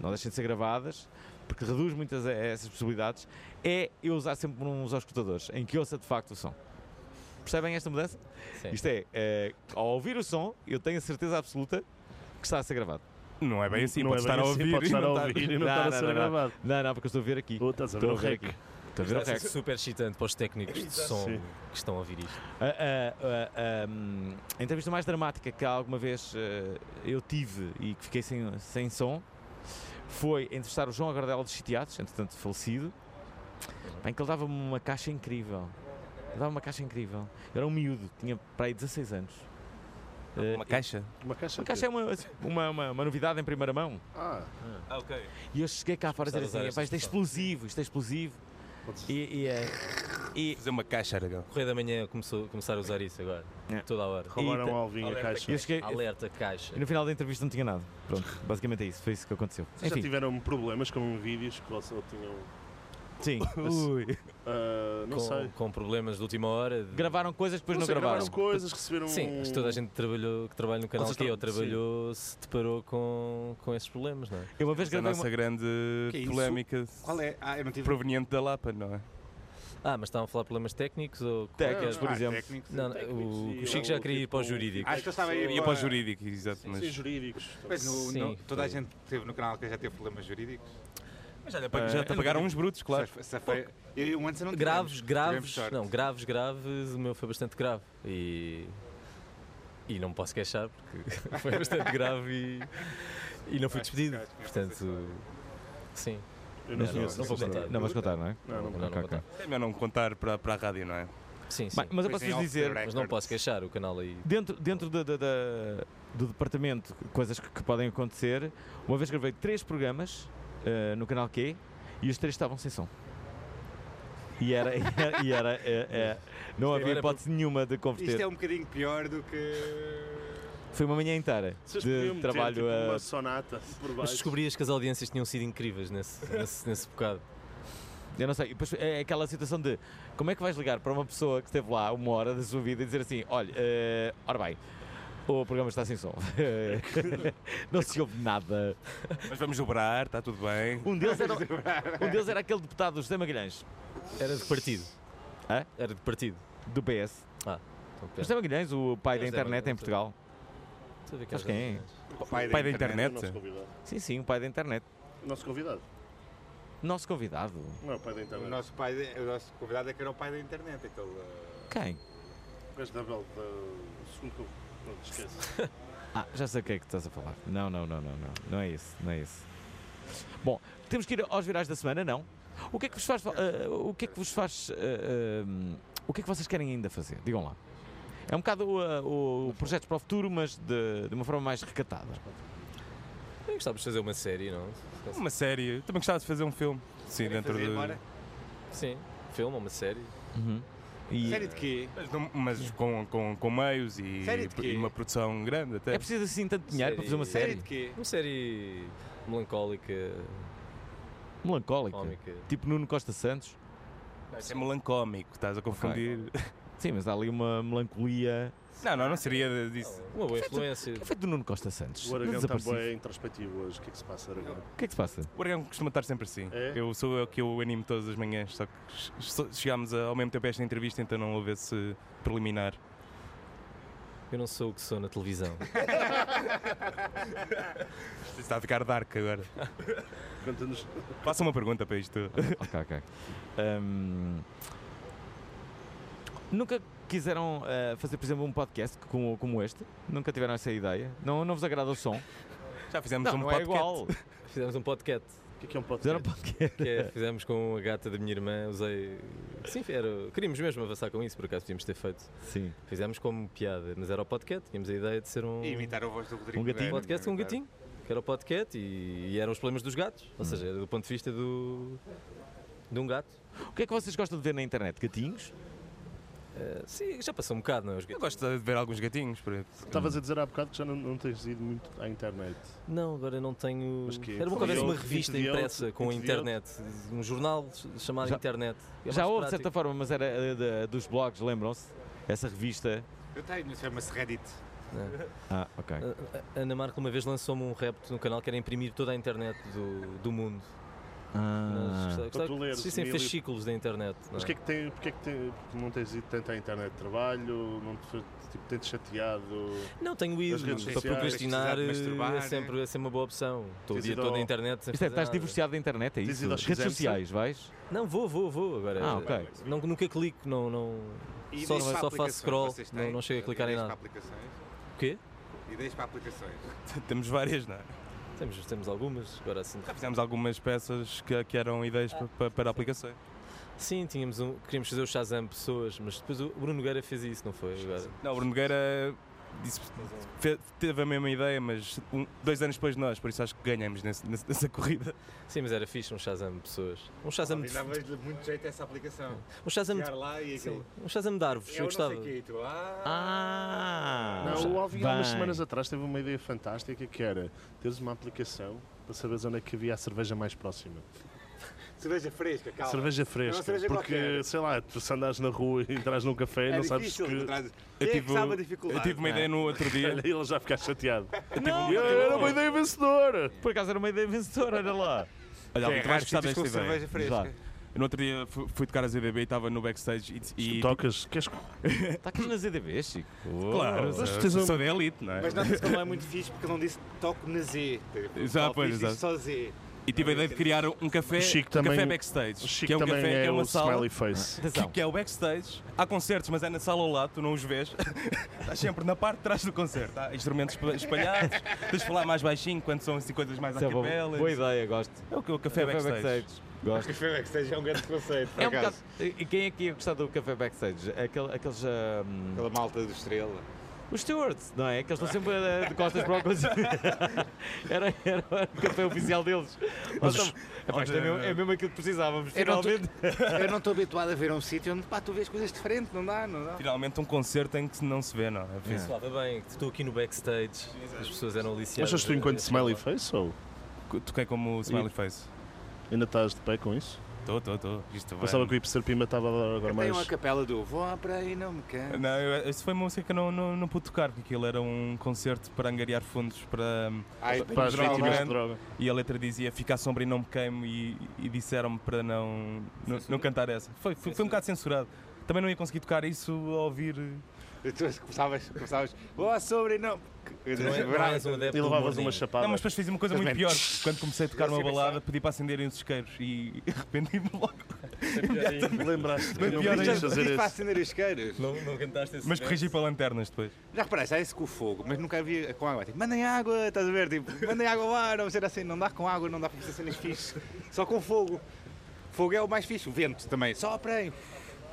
não deixem de ser gravadas, porque reduz muitas essas possibilidades, é eu usar sempre uns auscultadores em que ouça de facto o som. Percebem esta mudança?
Sim.
Isto é, eh, ao ouvir o som, eu tenho a certeza absoluta que está a ser gravado.
Não é bem assim,
Não
pode
é bem
estar a
assim,
ouvir.
pode
e
estar a
não tá-
ouvir e não estar a ser gravado.
Não, não, porque eu estou a ver aqui.
Oh, estás a ver
Estou
o rec.
aqui. Estou a ver o
Deve
rec.
ser É super excitante para os técnicos de som
Sim.
que estão a ouvir isto.
A, a- a- a- hum, a entrevista mais dramática que alguma vez eh, eu tive e que fiquei sem, sem som foi entrevistar o João Agardela dos Sitiados, entretanto falecido, em que ele dava-me uma caixa incrível. Dava uma caixa incrível. Eu era um miúdo, tinha para aí 16 anos. Eh,
É Uma caixa.
Uma caixa.
a caixa é uma, uma, uma, uma novidade em primeira mão.
Ah,
Ah, ok.
E eu cheguei cá fora a dizer
Começar a usar
assim: "Epá,
esta
isto é explosivo, isto é explosivo. E, e, eh, e-
Fazer uma caixa, Aragão.
Correio da manhã começou começar a usar isso agora.
É.
Toda a hora.
roubaram
E-
um alvinho a
Alerta
caixa.
eu cheguei,
Alerta, caixa.
e no final da entrevista não tinha nada. Pronto, basicamente é isso. Foi isso que aconteceu.
Vocês já
Enfim,
tiveram problemas com vídeos que vocês ou tinham.
sim.
Ui.
ah, não
com,
sei.
com problemas de última hora. de-
Gravaram coisas, depois não,
sei,
gravaram.
gravaram coisas, receberam. um
Sim, mas toda a gente trabalhou, que trabalha no canal
Vocês
aqui ou
estão-
trabalhou se deparou com, com esses problemas, não é?
Eu uma vez
Mas a
gravei uma,
nossa grande
Que é isso?
polémica
Qual é? Ah, eu não tive
proveniente da Lapa, não é?
Ah, mas estavam a falar de problemas técnicos ou qual é que
Técnicos,
era?
por
Ah,
exemplo.
técnicos.
Não, não,
Técnicos
o,
e
o Chico já
algo
queria ir
tipo-
para o jurídico.
Acho que eu estava aí
E é
Pá.
para o jurídico, exato.
Sim, sim,
Mas
jurídicos.
Pois, no-
Sim,
no- toda a
foi.
gente teve no canal que já teve problemas jurídicos.
já,
É,
já te pagaram uns brutos, claro.
Se- se foi- eu e o Anderson não
Ah, Graves,
tivemos, tivemos
graves,
sorte.
não, graves, graves, o meu foi bastante grave e e não me posso queixar porque foi bastante grave e, e não fui despedido.
acho que é
Portanto, sim,
Eu
Não, não,
não conheço. tipo,
não vou contar.
Não vais contar, não é?
Não, não
não, não
Ok,
vou
ok.
dar.
É melhor não contar para, para a rádio, não é?
Sim, sim.
Bem, mas eu
Pois
posso
em
vos
off the
dizer,
record.
Mas não posso queixar o canal aí.
Dentro, dentro da, da- da- do departamento, coisas que, que podem acontecer, uma vez gravei três programas eh, no canal Q e os três estavam sem som. E era. E era, e era, eh, eh, não havia
era
hipótese nenhuma de converter.
Isto é um bocadinho pior do que.
Foi uma manhã inteira
Vocês podiam
de
meter,
trabalho
tipo,
a.
uma sonata por
Mas
baixo.
descobrias que as audiências tinham sido incríveis nesse, nesse, nesse bocado.
Eu não sei. E depois é aquela situação de como é que vais ligar para uma pessoa que esteve lá uma hora da sua vida e dizer assim: olha, eh, ora bem. O programa está sem som. não se ouve nada.
Mas vamos dobrar, está tudo bem.
Um deles era, um deles era aquele deputado José Magalhães,
Era de partido.
Hã?
Era de partido.
do PS.
Então, pera,
José Magalhães, o pai da
José
internet em
Magalhães,
Portugal.
deixa eu ver que
Sabes
horas
quem é?
são.
O pai
Pai da
É
internet.
o nosso convidado.
Sim, sim, o pai da internet.
O Nosso convidado.
Nosso convidado.
Não, é o pai
Tá
da
O
internet.
nosso, pai, de- o nosso convidado é que era o pai da internet. Aquele, uh,
Quem?
O gajo da Bel- da- segundo que eu- Pronto, esquece.
Ah, já sei o que é que estás a falar. Não, não, não, não, não. Não é isso, não é isso. Bom, temos que ir aos virais da semana, não? O que é que vos faz. eh, o que é que vos faz. eh, eh, o que é que vocês querem ainda fazer? Digam lá. É um bocado eh, o, o projetos para o futuro, mas de, de uma forma mais recatada.
Eu gostava de fazer uma série, não?
Uma série. Também gostava de fazer um filme. Sim, dentro
fazer
do.
agora?
Sim, filme, uma série.
Uhum. E
Série de quê?
Mas, não- mas com, com, com meios e,
Série de quê?
e uma produção grande até.
é preciso assim tanto dinheiro para fazer uma
Série
série
de quê?
Uma série melancólica,
melancólica.
cómica.
Tipo Nuno Costa Santos.
Isso é melancómico, estás a confundir.
Sim, mas há ali uma melancolia.
Não, não, não seria disso.
Uma boa influência.
O que é feito do Nuno Costa Santos?
O Aragão está
Desaparecido.
bem introspectivo hoje. O que é que se passa, Aragão?
O que é que se passa?
O Aragão costuma estar sempre assim.
É?
Eu sou eu que eu animo todas as manhãs, só que ch- ch- chegámos a- ao mesmo tempo a esta entrevista, então não houve esse preliminar.
Eu não sou o que sou na televisão.
Isto Está a ficar dark agora.
Conta-nos.
Faça uma pergunta para isto.
ok, ok. Hum, nunca quiseram eh, fazer, por exemplo, um podcast como, como este? Nunca tiveram essa ideia? Não, não vos agrada o som?
Já fizemos
Não,
um
não é
podcast.
igual.
Fizemos um podcast.
O que é que é um
Fizeram um
podcast?
podcast.
Que é, fizemos com a gata da minha irmã, usei. Sim, era, queríamos mesmo avançar com isso, por acaso podíamos ter feito.
Sim.
Fizemos como piada, mas era o podcast, tínhamos a ideia de ser um
E imitar a voz do Rodrigo.
Um gatinho.
Guerra,
podcast com um
imitar.
gatinho, que era o podcast e, e eram os problemas dos gatos, ou seja, era do ponto de vista do, de um gato.
O que é que vocês gostam de ver na internet? Gatinhos?
Eh, sim, já passou um bocado, não é? Os
Eu
gatos.
gosto de ver alguns gatinhos, por exemplo.
Estavas a dizer há bocado que já não, não tens ido muito à internet.
Não, agora não tenho.
Mas que-
Era bom que houvesse uma
Entediou-te?
revista
Entediou-te?
impressa com a internet, um jornal chamado
Já-
Internet. É
Já
mais
houve, de
prático.
certa forma, mas era eh, da- dos blogs, lembram-se? Essa revista.
Eu tenho, chama-se Reddit.
Ah, ok.
A- a Ana Marca uma vez lançou-me um repto no canal que era imprimir toda a internet do, do mundo. Mas
Ah.
gostava- gostava
tu
que
leres
existissem
mil e-
fascículos da internet. não
Mas
é?
porquê é que, tem, porquê é que tem, porque não tens ido tanto à internet de trabalho? Não te, foi- tipo, tens chateado?
Não, tenho ido.
As redes
Para
sociais,
tens precisado
procrastinar
de
eh, é
masturbar,
sempre, é sempre uma boa opção. Estou o
Tens
dia
ido
todo
ao-
na internet
Isto é,
sem fazer
estás
nada.
divorciado da internet, é
Tens
isso?
ido ao
Redes
XMC?
sociais, vais?
Não, vou, vou, vou. Agora,
Ah, ok.
Não- nunca clico, não, não...
E
só,
ideias para
só faço
aplicações
scroll,
vocês têm?
não, não chego a clicar em
Ideias
nada.
para aplicações?
O quê?
Ideias para aplicações.
Temos várias, não é?
Temos, temos algumas, agora assim.
Já fizemos algumas peças que, que eram ideias pa- pa- para, aplicações.
Sim, tínhamos um, queríamos fazer o Shazam pessoas, mas depois o Bruno Nogueira fez isso, não foi? Agora.
Não, o Bruno Nogueira disse- fe- teve a mesma ideia, mas um- dois anos depois de nós, por isso acho que ganhamos nesse- nesse- nessa corrida.
Sim, mas era fixe um Shazam pessoas. Um Shazam de,
Dava-lhe muito jeito essa aplicação.
um Shazam de,
Chegar lá e
sim,
aquilo.
um Shazam de árvores,
Eu
eu
não sei
gostava. Ah.
o que é tu.
Ah!
Não, o Alvin há umas
Bem.
semanas atrás teve uma ideia fantástica que era teres uma aplicação para saberes onde é que havia a cerveja mais próxima.
Cerveja fresca, calma.
Cerveja fresca.
cerveja
porque,
qualquer.
sei lá, tu se andares na rua e entras num café e
é
não sabes
difícil,
que.
não trazes.
Eu
Quem é que
tive-
sabe a dificuldade?
Eu tive uma
não é?
ideia no outro dia.
Olha, ele já fica chateado.
Não,
Eu, era uma ideia vencedora!
Por acaso era uma ideia vencedora, olha lá.
Olha,
Que é
alguém que mais
raro
gostava
sítios com
desta ideia.
cerveja fresca.
No outro dia fu- fui tocar a ZDB e estava no backstage e.
E
e
tocas, é queres
Está aqui nas EDBs, Chico.
Claro,
Oh.
eu sou da elite, não é?
Mas nota-se que ele não é muito fixe porque ele não disse toco na Z. Ele
Já,
só
pois,
fiz
exato.
isto Só Z.
E tive a ideia de criar um café,
O Chico
um
também-
café backstage.
O Chico
que é um
também
café,
é,
que é uma
o
sala.
smiley face.
Que,
Atenção.
que é o backstage, há concertos, mas é na sala ao lado, tu não os vês. Estás sempre na parte de trás do concerto. Há instrumentos espa- espalhados, tens de falar mais baixinho quando são assim coisas mais à
Isso é bom.
capela.
Boa ideia, gosto.
É o que o café, backstage.
Gosto.
Café backstage é um grande conceito. por
É um bocado...
acaso.
E quem é que ia gostar do café backstage? Aquele- aqueles. ah, hum,
Aquela malta do Estrela.
Os stewards, não é? Que eles estão sempre eh, de costas para o concerto. era, era o café oficial deles. Nós estamos- Epá, isto é, mesmo, é mesmo aquilo que precisávamos,
Eu não tô-
finalmente.
Eu não estou habituado a ver um sítio onde pá, tu vês coisas diferentes, não dá, não dá.
Finalmente um concerto em que não se vê, não. É fixe.
Suava bem, que estou aqui no backstage, as pessoas eram
é
aliciadas.
Achas tu
a-
enquanto
a-
smiley face ou
É. Toquei como o Smiley Face.
ainda estás de pé com isso?
Estou, estou, estou. Isto vai.
Pensava que o Ipser Pima estava a dar agora
Tem uma
mais.
capela do Vó para aí, não me canso.
Não, eu- isso foi uma música que eu não, não, não pude tocar, porque aquilo era um concerto para angariar fundos para.
Ai,
Para as
Droga,
vítimas de
grande.
droga.
E a letra dizia Fica à sombra e não me queimo e, e disseram-me para não, não, não cantar essa. Foi, foi, foi um bocado censurado. Também não ia conseguir tocar isso a ouvir.
Tu começavas, começavas, boa sobre não.
Não é- não és um adepto
E
do
levavas
humorzinho.
uma chapada.
não, mas depois fiz uma coisa muito
Mas-
pior. Quando comecei a tocar uma
sei bem
balada, pedi para acenderem os isqueiros e arrependi-me logo.
Lembraste que
Mas
não
é
pior
podias
ainda.
fazer
para
isso.
acender as queiras.
Não, não cantaste esse
Mas
verso?
corrigi para lanternas depois.
Já reparaste, há esse com o fogo, mas nunca havia com água. Tipo, mandem água, estás a ver? Tipo, mandem água ao ar, ou ser assim, não dá com água, não dá para fazer cenas fixe. Só com fogo. Fogo é o mais fixe, o vento também. Só aprei.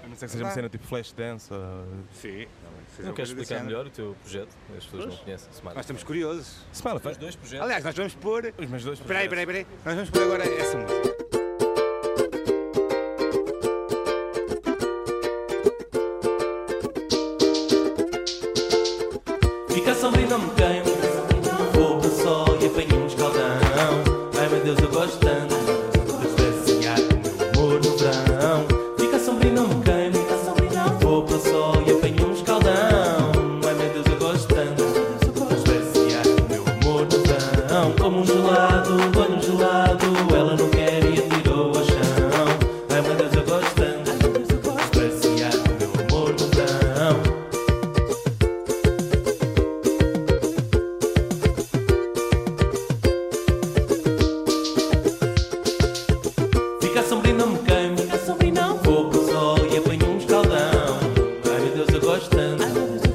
A não ser que seja uma cena tipo flash dance. Ou...
Sim.
Não queres explicar melhor o teu projeto? As pessoas não conhecem. Smiley.
Nós estamos curiosos.
Smiley
Os
Face.
dois projetos.
Aliás, nós vamos pôr.
É. Os meus dois.
Espera aí, espera aí, espera aí. Nós vamos pôr agora essa música.
Fica sombra e não me queimo Vou para o sol e apanho um escaldão Ai meu Deus, eu gosto tanto De passear com o meu amor no verão Fica sombra e não me queimo Vou para o sol e apanho um escaldão Ai meu Deus, eu gosto tanto De passear com o meu amor no verão Como um gelado, olho um gelado Ela não quer e atirou ao chão Ai meu Deus, eu gosto tanto De passear com o meu amor no verão Fica sombrio, não me queimo. Fica sombrio, não. Vou pro sol e apanho um escaldão. Ai meu Deus, eu gosto tanto.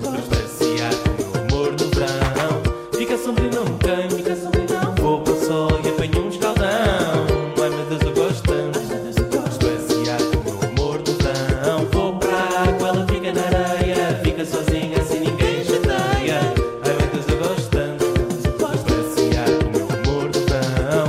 Mas passear com o meu amor no verão. Fica sombrio, não me queimo. Fica sombrio, não. Vou pro sol e apanho um escaldão. Ai meu Deus, eu gosto tanto. Mas passear com o meu amor no verão. Vou pra água, ela fica na areia. Fica sozinha, sem ninguém chateia. Ai meu Deus, eu gosto tanto. Mas passear com o meu amor no verão.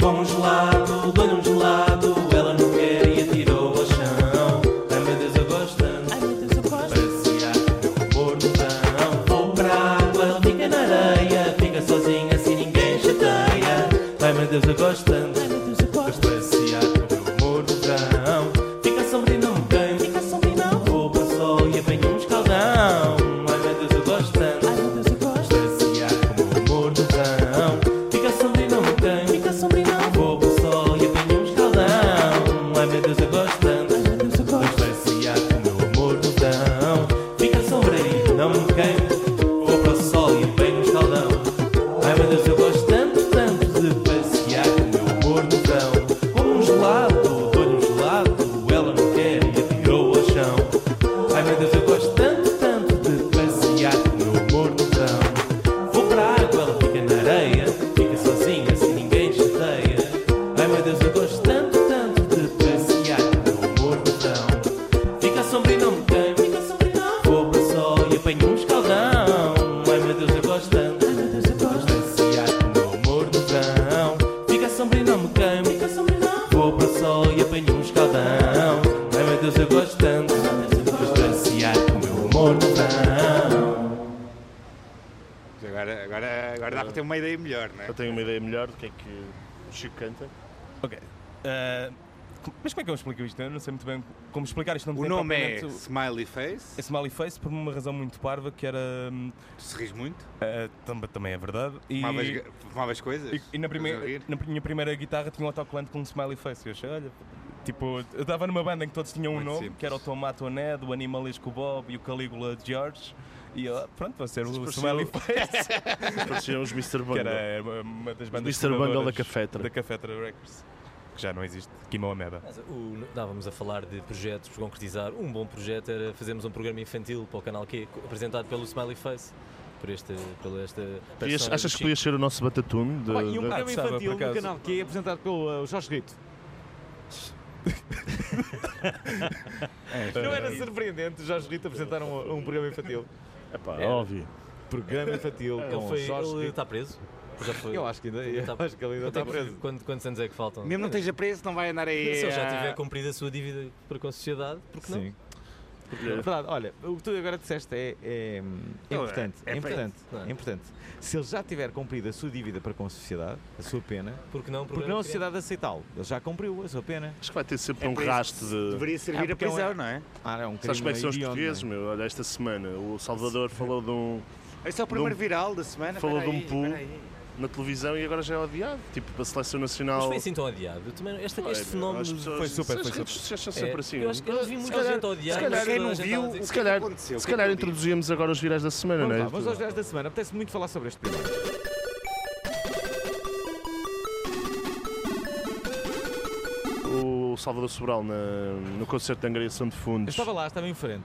Como um gelado, dou-lhe um gelado Ela não quer e atirou ao chão Ai meu Deus, eu gosto tanto Ai meu Deus, eu gosto Passear com o meu amor no verão Vou para a água, ela fica na areia Fica sozinha, assim ninguém chateia Ai meu Deus, eu gosto tanto Ai meu Deus, eu gosto Passear com o meu amor no verão Fica sombrio, não me queimo Fica sombrio, não Vou para o sol e apanho um escaldão Ai meu Deus, eu gosto tanto Ai meu Deus, eu gosto Passear com o meu amor no verão Fica sombrio, não me queimo Fica sombrio, não Vou para o sol e apanho um escaldão Ai meu Deus, eu gosto tanto Ai meu Deus, eu gosto Passear com o meu amor no verão Fica sombrio, não me queimo Vou para o sol e apanho um escaldão Ai meu Deus, eu gosto tanto, tanto De passear com o meu amor no verão Como um gelado, dou-lhe um gelado Ela não quer e atirou ao chão Ai meu Deus, eu gosto tanto, tanto De um um
amor no verão.
Agora, agora, agora dá para ter uma ideia melhor, não é?
Eu tenho uma ideia melhor do que é que o Chico canta.
Ok. Ah, com- mas como é que eu explico isto? Eu não sei muito bem como explicar isto. Não
O
tem
nome é
propriamente o-
Smiley Face.
é Smiley Face por uma razão muito parva que era. hum,
Tu se rires muito?
ah, tam- também é verdade. E,
Fumavas, ga- fumavas coisas?
e- e na, primeira,
Faziam rir?
na minha primeira guitarra tinha um autocolante com um Smiley Face. Eu achei, olha. Tipo, eu estava numa banda em que todos tinham um
Muito
nome,
simples.
que era o Tomato o Ned, o Animalisco Bob e o Calígula George. E eu, "Ah, pronto, vai ser o Smiley Face.
Pareciam os Mr.
que
Bungle.
era uma- uma das bandas
Mr. Bungle da
fundadoras
Cafetra.
Da Cafetra Records. Que já não existe. Kimo Ameba.
Mas o- Estávamos a falar de projetos por concretizar. Um bom projeto era fazermos um programa infantil para o canal Q, co- apresentado pelo Smiley Face. Por este, pela esta
Podias-
persona do
achas que
Chico.
podias ser o nosso batatume? De,
Pá, e um
de-
programa
sabe,
infantil
por
no
acaso.
canal que é apresentado pelo uh, Jorge Rito. Não era surpreendente o Jorge Rito apresentar um, um programa infantil.
Epá, óbvio.
Programa infantil
Ele,
com
foi,
Jorge
ele
Rito.
está preso? Já foi.
Eu acho que ainda,
Ele
eu
tá-
acho que ele ainda
Quanto é
está
que-
preso.
quanto- quantos anos é que faltam?
Mesmo não esteja preso, não vai andar aí.
Se ele já
ah,
tiver cumprido a sua dívida para com a sociedade, porque não?
Sim. É Verdade, olha, o que tu agora disseste é, é, é
Não, é-
importante,
é
é importante,
não é?
é importante. Se ele já tiver cumprido a sua dívida para com a sociedade, a sua pena,
Porque não? é
porque não a sociedade aceitá-lo, ele já cumpriu a sua pena.
Acho que vai ter sempre
É
um
por isso
rasto de.
Deveria servir
Ah,
a
porque é um-
prisão, não é?
Ah, é um crime
Sabes como é que são os
hediondo,
portugueses,
não é?
meu? Olha, esta semana o Salvador falou de um.
Esse é o primeiro viral da semana.
falou de um
peraí,
pool.
peraí.
na televisão e agora já é odiado. Tipo, para a seleção
Mas
nacional.
foi assim tão odiado. Eu Também, não- este,
Olha,
este fenómeno.
as pessoas-
foi super,
as
foi
redes sociais são sempre
É,
assim.
eu acho que eu vi muita
calhar-
gente a odiar.
se calhar
mas
quem não
toda a gente
viu-
a dizer-
Se calhar,
aconteceu?
se
O que é que
calhar
eu vi?
introduzimos agora os virais da semana,
Vamos
não é?
lá, vamos aos 10 da semana, apetece muito falar sobre este tema.
O Salvador Sobral na- no concerto de angariação de
Eu
fundos.
estava lá, estava em frente.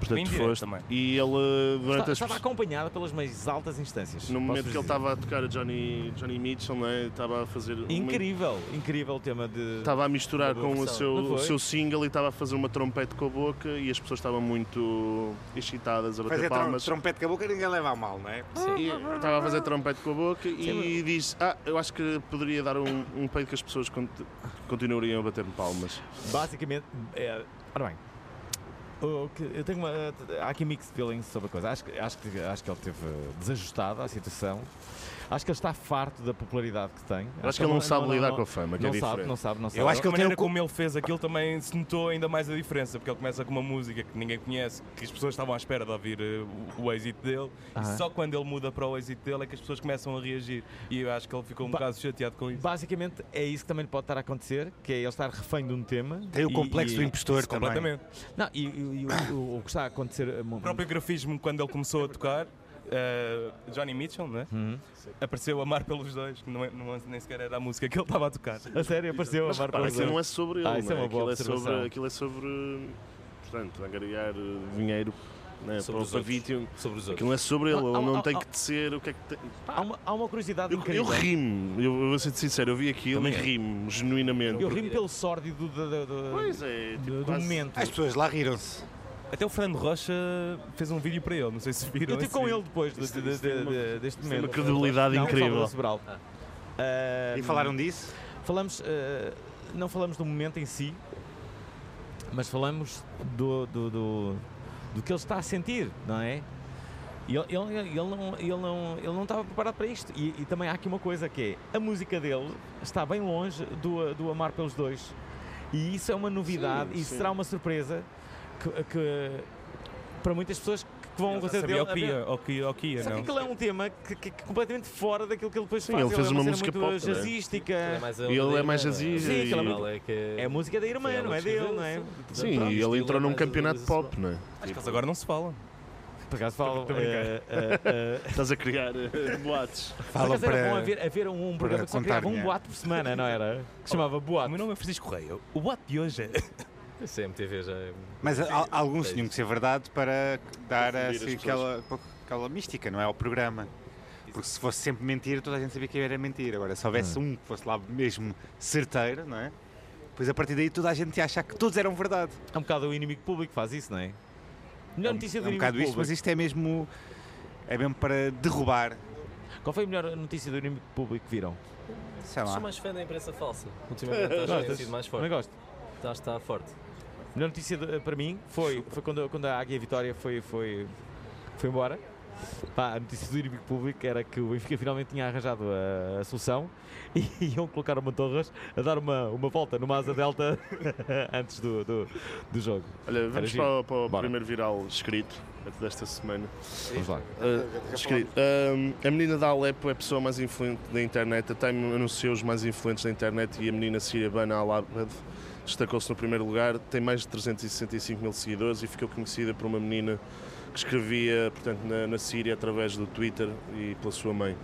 Em
portanto,
direto
foste.
também.
E ele, durante
Estava,
as.
estava acompanhada pelas mais altas instâncias.
é No
posso
momento que
dizer.
ele estava a tocar a Johnny, Johnny Mitchell, não é? Estava a fazer. uma-
Incrível, incrível o tema de.
Estava a misturar
Uma boa
com o
versão.
seu,
Não
o
foi?
seu single e estava a fazer uma trompete com a boca e as pessoas estavam muito excitadas a bater
Fazer trom-
palmas.
trompete com a boca ninguém leva a mal, não é?
E Estava a fazer trompete com a boca e diz: Ah, eu acho que poderia dar um, um peito que as pessoas cont- continuariam a bater-me palmas.
Basicamente, é, ora bem, o que- eu tenho uma, há aqui mixed feelings sobre a coisa. Acho, que- acho, que, acho que ele teve desajustado à situação. Acho que ele está farto da popularidade que tem.
Acho que ele não sabe lidar com a fama, que é
Não sabe,
diferente.
não sabe, não sabe.
Eu acho que a
ele tem
um
maneira
o cu-
como ele fez aquilo também se notou ainda mais a diferença, porque ele começa com uma música que ninguém conhece, que as pessoas estavam à espera de ouvir eh, o, o êxito dele,
Aham.
e só quando ele muda para o êxito dele é que as pessoas começam a reagir. E eu acho que ele ficou um
Ba-
bocado chateado com isso.
Basicamente é isso que também lhe pode estar a acontecer, que é ele estar refém de um tema.
Tem o
E-
complexo
e-
do impostor
isso
também.
Completamente.
Não, e, e- e o, o- o que está a acontecer. eh, mo-
O próprio grafismo, quando ele começou a tocar, eh, Johnny Mitchell, né?
Hum.
apareceu Amar pelos Dois, que não, é- não- nem sequer era a música que ele estava a tocar.
A sério, apareceu a
Repara,
Marta
aquilo não é sobre ele,
Ah, isso é
não
uma boa
aquilo, é sobre,
observação.
aquilo é sobre, portanto, angariar eh, dinheiro né, para,
Sobre os
para
outros.
vítima.
Sobre os
Aquilo
outros.
não é sobre ele,
Ah,
ele
ah,
não
ah,
tem
ah.
que tecer o que é que tem.
Há uma, há uma curiosidade
Eu, eu
incrível.
rimo, eu, eu vou ser sincero, eu vi aquilo e
Também é.
rimo, genuinamente.
Eu rimo pelo sórdido do, do- do-
Pois é, tipo,
do- do
quase-
um momento.
As pessoas lá riram-se.
Até o Fernando Rocha fez um vídeo para ele, não sei se viram. assim.
Eu estive
esse
com
vídeo.
ele depois de- de- de- de- deste
tem uma
momento.
credibilidade
né? Não,
incrível.
Salvador Sobral. Ah,
E falaram disso?
Falamos, ah, não falamos do momento em si, mas falamos do, do, do, do que ele está a sentir, não é? E Ele, ele, ele, não, ele, não, ele não estava preparado para isto. E, e também há aqui uma coisa que é, a música dele está bem longe do, do Amar pelos Dois. E isso é uma novidade,
Sim,
isso
sim.
será uma surpresa que, que- para muitas pessoas que vão ao
Ele já
um concerto
sabia
dele.
o que ia, o que ia, o que ia,
Só que
não.
aquilo é um tema que, que- que completamente fora daquilo que ele depois
Sim,
faz.
ele fez
é
uma
cena
música
muito
pop, não é?
jazzística.
mais a
Ele
onda
é
dele,
mais
não é?
jazzy
Sim, aquela-
Ele é que-
É a música da irmã,
foi ela
não é
que escreveu,
dele, não é?
Sim,
Pronto,
e
estilo
ele entrou num
mais
campeonato
audiovisual.
pop, não é?
Acho que eles agora não se falam.
Por acaso falam.
Estou a brincar.
eh, eh, eh,
Estás a criar eh, boatos.
por
Falam
acaso era bom
para.
haver, haver um, um programa que só
contar
criava um
dinheiro.
boato por semana, não era? Que se chamava
O
Boato.
meu nome é Francisco Correia. O boato de hoje é.
Isso é MTV já. é-
Mas a- a- alguns tinham que ser verdade para dar
Confundir as
assim,
pessoas.
aquela, aquela mística, não é? Ao programa. Porque se fosse sempre mentira, toda a gente sabia que era mentira. Agora, se houvesse um que fosse lá mesmo certeiro, não é? Pois a partir daí toda a gente ia achar que todos eram verdade.
É um bocado o inimigo público que faz isso, não é? Melhor
É
notícia
um
do inimigo
bocado isto,
público.
mas isto é mesmo. É mesmo para derrubar.
Qual foi a melhor notícia do inimigo público que viram?
Sei lá.
Sou mais fã da imprensa falsa. Ultimamente acho que tem sido mais
Não
forte.
gosto.
Acho que está forte.
melhor notícia de- para mim foi, foi quando, quando a Águia Vitória foi, foi, foi embora. Pá, a notícia do inimigo público era que o Benfica finalmente tinha arranjado a, a solução e iam colocar o Mantorras a dar uma, uma volta numa asa delta antes do, do, do jogo.
Olha,
Era
vamos
giro.
para, o- para o
Bora.
primeiro viral escrito desta semana.
Vamos lá.
Uh, escrito. Um, a menina da Alepo é a pessoa mais influente da internet. A Time anunciou os mais influentes da internet e a menina síria Bana Al-Abad destacou-se no primeiro lugar. Tem mais de 365 mil seguidores e ficou conhecida por uma menina que escrevia portanto, na, na Síria através do Twitter e pela sua mãe.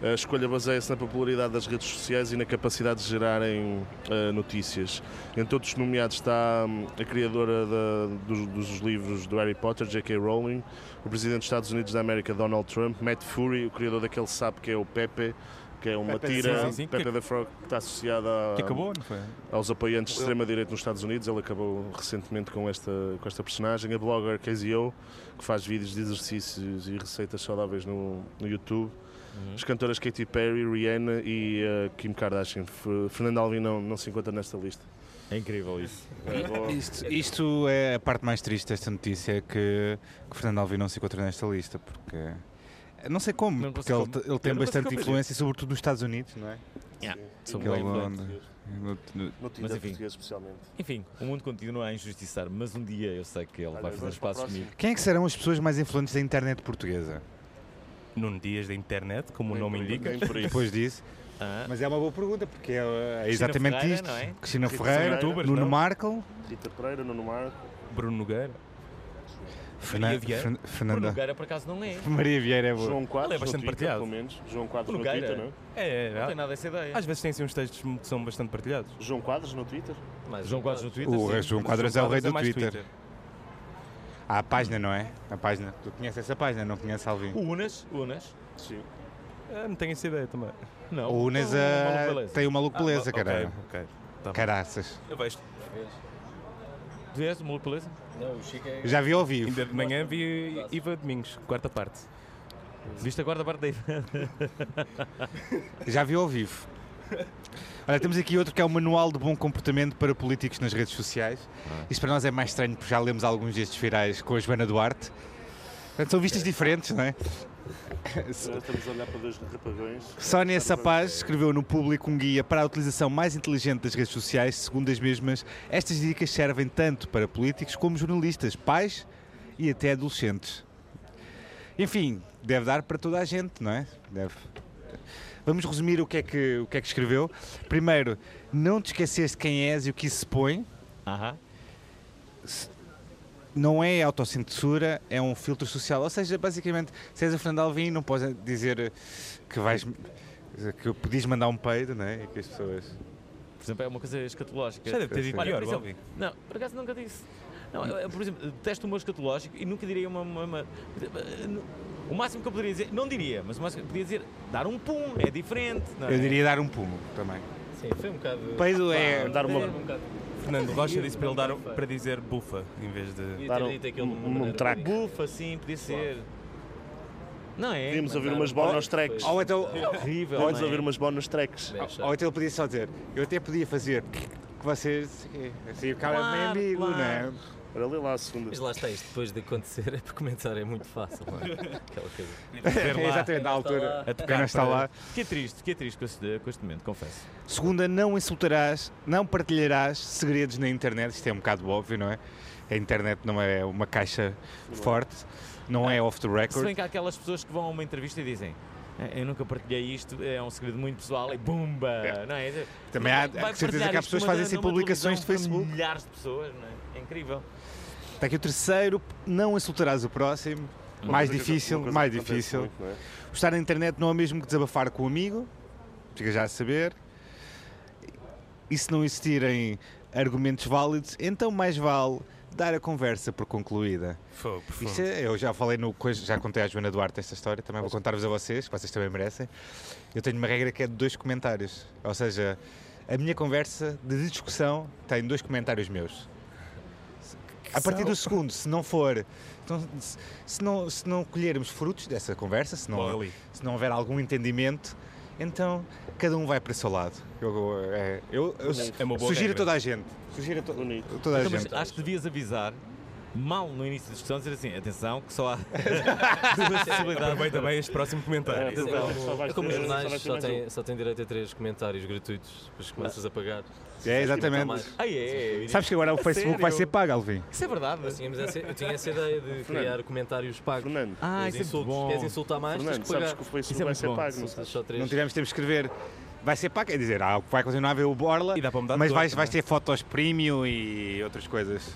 A escolha baseia-se na popularidade das redes sociais e na capacidade de gerarem ah, notícias. Em todos os nomeados está hum, a criadora da- dos, dos livros do Harry Potter, J.K. Rowling, o presidente dos Estados Unidos da América, Donald Trump, Matt Fury, o criador daquele sapo que é o Pepe, que é uma
Pepe,
tira,
sim, sim, sim,
Pepe
que-
the Frog, que está associada a-
Que acabou, não foi?
aos apoiantes de extrema-direita nos Estados Unidos. Ele acabou recentemente com esta, com esta personagem. A blogger KZO, que faz vídeos de exercícios e receitas saudáveis no, no YouTube. As cantoras Katy Perry, Rihanna e eh, Kim Kardashian. F- Fernando Alvim não, não se encontra nesta lista.
É incrível isso.
Isto, isto é a parte mais triste desta notícia é que, que Fernando Alvim não se encontra nesta lista, porque não sei como,
Não
porque
consigo
ele, te- ele tem
não
bastante
consigo
influência, sobretudo nos Estados Unidos, não é?
Sou
Aquele
bem influente.
onde- no- no-
No
Mas
Tinder
enfim.
português, especialmente.
Enfim, o mundo continua a injustiçar, mas um dia eu sei que ele vai fazer
vamos
os
para o
passos
próximo.
comigo.
Quem é que serão as pessoas mais influentes da internet portuguesa?
Nuno Dias da internet, como o nome indica.
Ninguém por isso.
Depois disso.
Ah.
Mas é uma boa pergunta, porque é, é exatamente
Ferreira,
isto.
não é?
Cristina
Rita
Ferreira,
Ferreira,
Nuno
não?
Markle,
Rita Pereira, Nuno Marco.
Bruno Nogueira.
Fernan-
Vieira.
Fern-
O
Fernanda.
Nogueira, por acaso, não é.
Maria Vieira é boa.
João Quadros,
Ele é bastante
no Twitter,
partilhado.
pelo menos. João Quadros
O
no
Nogueira.
Twitter, não é?
É,
Não tem
é.
nada essa ideia.
Ah,
Às vezes tem assim uns textos que são bastante partilhados.
João Quadros no Twitter?
Mais
João
um
Quadros no
quadro.
Twitter.
O João Quadras é o rei do
mais
Twitter. Há a página, não é? A página. Tu conheces essa página, não conheces Alvin?
O Unas. Unas.
Sim.
Ah, não tenho essa ideia também.
Não.
O Unes
Não,
ah,
o Maluco Beleza.
tem uma maluco beleza,
ok,
caralho.
ok. Tá bom.
Caraças.
Eu vejo.
Tu és o Maluco Beleza?
Já vi ao vivo.
Ainda de manhã vi Iva Domingos, quarta parte.
Viste agora da parte da
Já vi ao vivo. Olha, temos aqui outro que é o Manual de Bom Comportamento para Políticos nas Redes Sociais. Isto para nós é mais estranho porque já lemos alguns destes virais com a Joana Duarte. Portanto, são vistas diferentes, não é?
Agora estamos a olhar para dois rapagões.
Sónia Sapaz escreveu no público um guia para a utilização mais inteligente das redes sociais, segundo as mesmas. Estas dicas servem tanto para políticos como jornalistas, pais e até adolescentes. Enfim, deve dar para toda a gente, não é? Deve. Vamos resumir o que é que, o que, é que escreveu. Primeiro, não te esqueceres de quem és e o que isso se põe.
Aham.
Não é autocensura, é um filtro social. Ou seja, basicamente, se és o Fernando Alvim, não podes dizer que vais. que podias mandar um peido, não é? E que as pessoas.
Por exemplo, é uma coisa escatológica.
Já deve ter dito
Olha,
pior,
por exemplo,
Alvin.
Não, por acaso nunca disse. Não, eu, eu, por exemplo, detesto o meu escatológico e nunca diria uma, uma- uma- O máximo que eu poderia dizer, não diria, mas o máximo que eu podia dizer, dar um pum, é diferente. não é?
Eu diria dar um pulo também.
Sim, foi um bocado.
Peido é.
Dar uma,
Um bocado.
Fernando Rocha disse para ele dar, para dizer bufa em vez de.
Devia
Dar um-
ter dito aquilo de uma
um- um
maneira
traque.
bonita.
Bufa, sim, podia ser. Não é?
Podíamos ouvir
mandar
umas
um
bonus
beijo,
tracks.
depois-
Ou então,
Horrível.
Podemos
não é?
ouvir umas bonus tracks.
Deixa.
ou então ele podia só dizer, eu até podia fazer que vocês. Assim, o cara é
Claro,
meio ambíguo,
claro.
não é?
Olha ali lá a segunda.
Mas lá está, isto depois de acontecer é para comentar, é muito fácil. não é? Aquela coisa.
É exatamente, na altura. A tocar está lá.
Fiquei é triste, fiquei triste com este, com este momento, confesso.
Segunda, não insultarás, não partilharás segredos na internet. Isto é um bocado óbvio, não é? A internet não é uma caixa forte, não é off
Se
the
bem
record.
que há aquelas pessoas que vão a uma entrevista e dizem. "Eh, Eu nunca partilhei isto, é um segredo muito pessoal e bumba! Não é?
Também
Vai
há, há certeza
partilhar
que há
isto
pessoas que
numa-
fazem assim
numa
publicações de
televisão para
Facebook.
Milhares de pessoas, não é? É incrível.
Está Tá aqui o terceiro, não insultarás o próximo.
Uma
mais
coisa que-
difícil,
uma coisa
mais
que acontece
difícil.
muito, não é?
Postar na internet não é o mesmo que desabafar com um amigo, fica já a saber. E se não existirem argumentos válidos, então mais vale dar a conversa por concluída.
Fogo, por
Isto é- eu já falei no coisa- já contei à Joana Duarte esta história, também vou contar-vos a vocês, que vocês também merecem. Eu tenho uma regra que é de dois comentários, ou seja, a minha conversa de discussão tem dois comentários meus. A partir do segundo, se não for, então, se não, se não, se não colhermos frutos dessa conversa, se não,
Logo ali.
se não houver algum entendimento, Então, cada um vai para o seu lado. Eu, eu- é, eu- eu su-
É uma boa
sugiro a
regra.
toda a gente. Sugiro a to-
Bonito.
toda a
Então, mas
gente.
acho que devias avisar, mal no início da discussão, dizer assim: atenção, que só há
é
Aproveita Ah, também este próximo comentário.
É.
Eu
Só
é como,
vais
eu como os
ter- só
jornais
vais ter
só
mais um.
têm, só têm direito a três comentários gratuitos, depois começas a pagar.
É,
Não
exatamente.
mais.
Ah, é, é.
Sabes que agora o Facebook vai ser pago, Alvin.
Isso é verdade.
Nós tínhamos essa- eu tinha essa ideia de criar comentários pagos.
Fernando,
ah,
Queres
isso é muito
insultos-
bom.
Queres insultar mais?
Fernando,
tens que pagar.
sabes que o Facebook
Isso é
vai
muito
ser
bom.
pago, não
Só-
sabes?
Só três.
Não tivemos tempo de escrever. Vai ser pago. Quer dizer, ah, vai continuar a ver o Borla,
E dá para mudar de
mas
cor
vais,
também.
é?
vais ter fotos premium e outras coisas.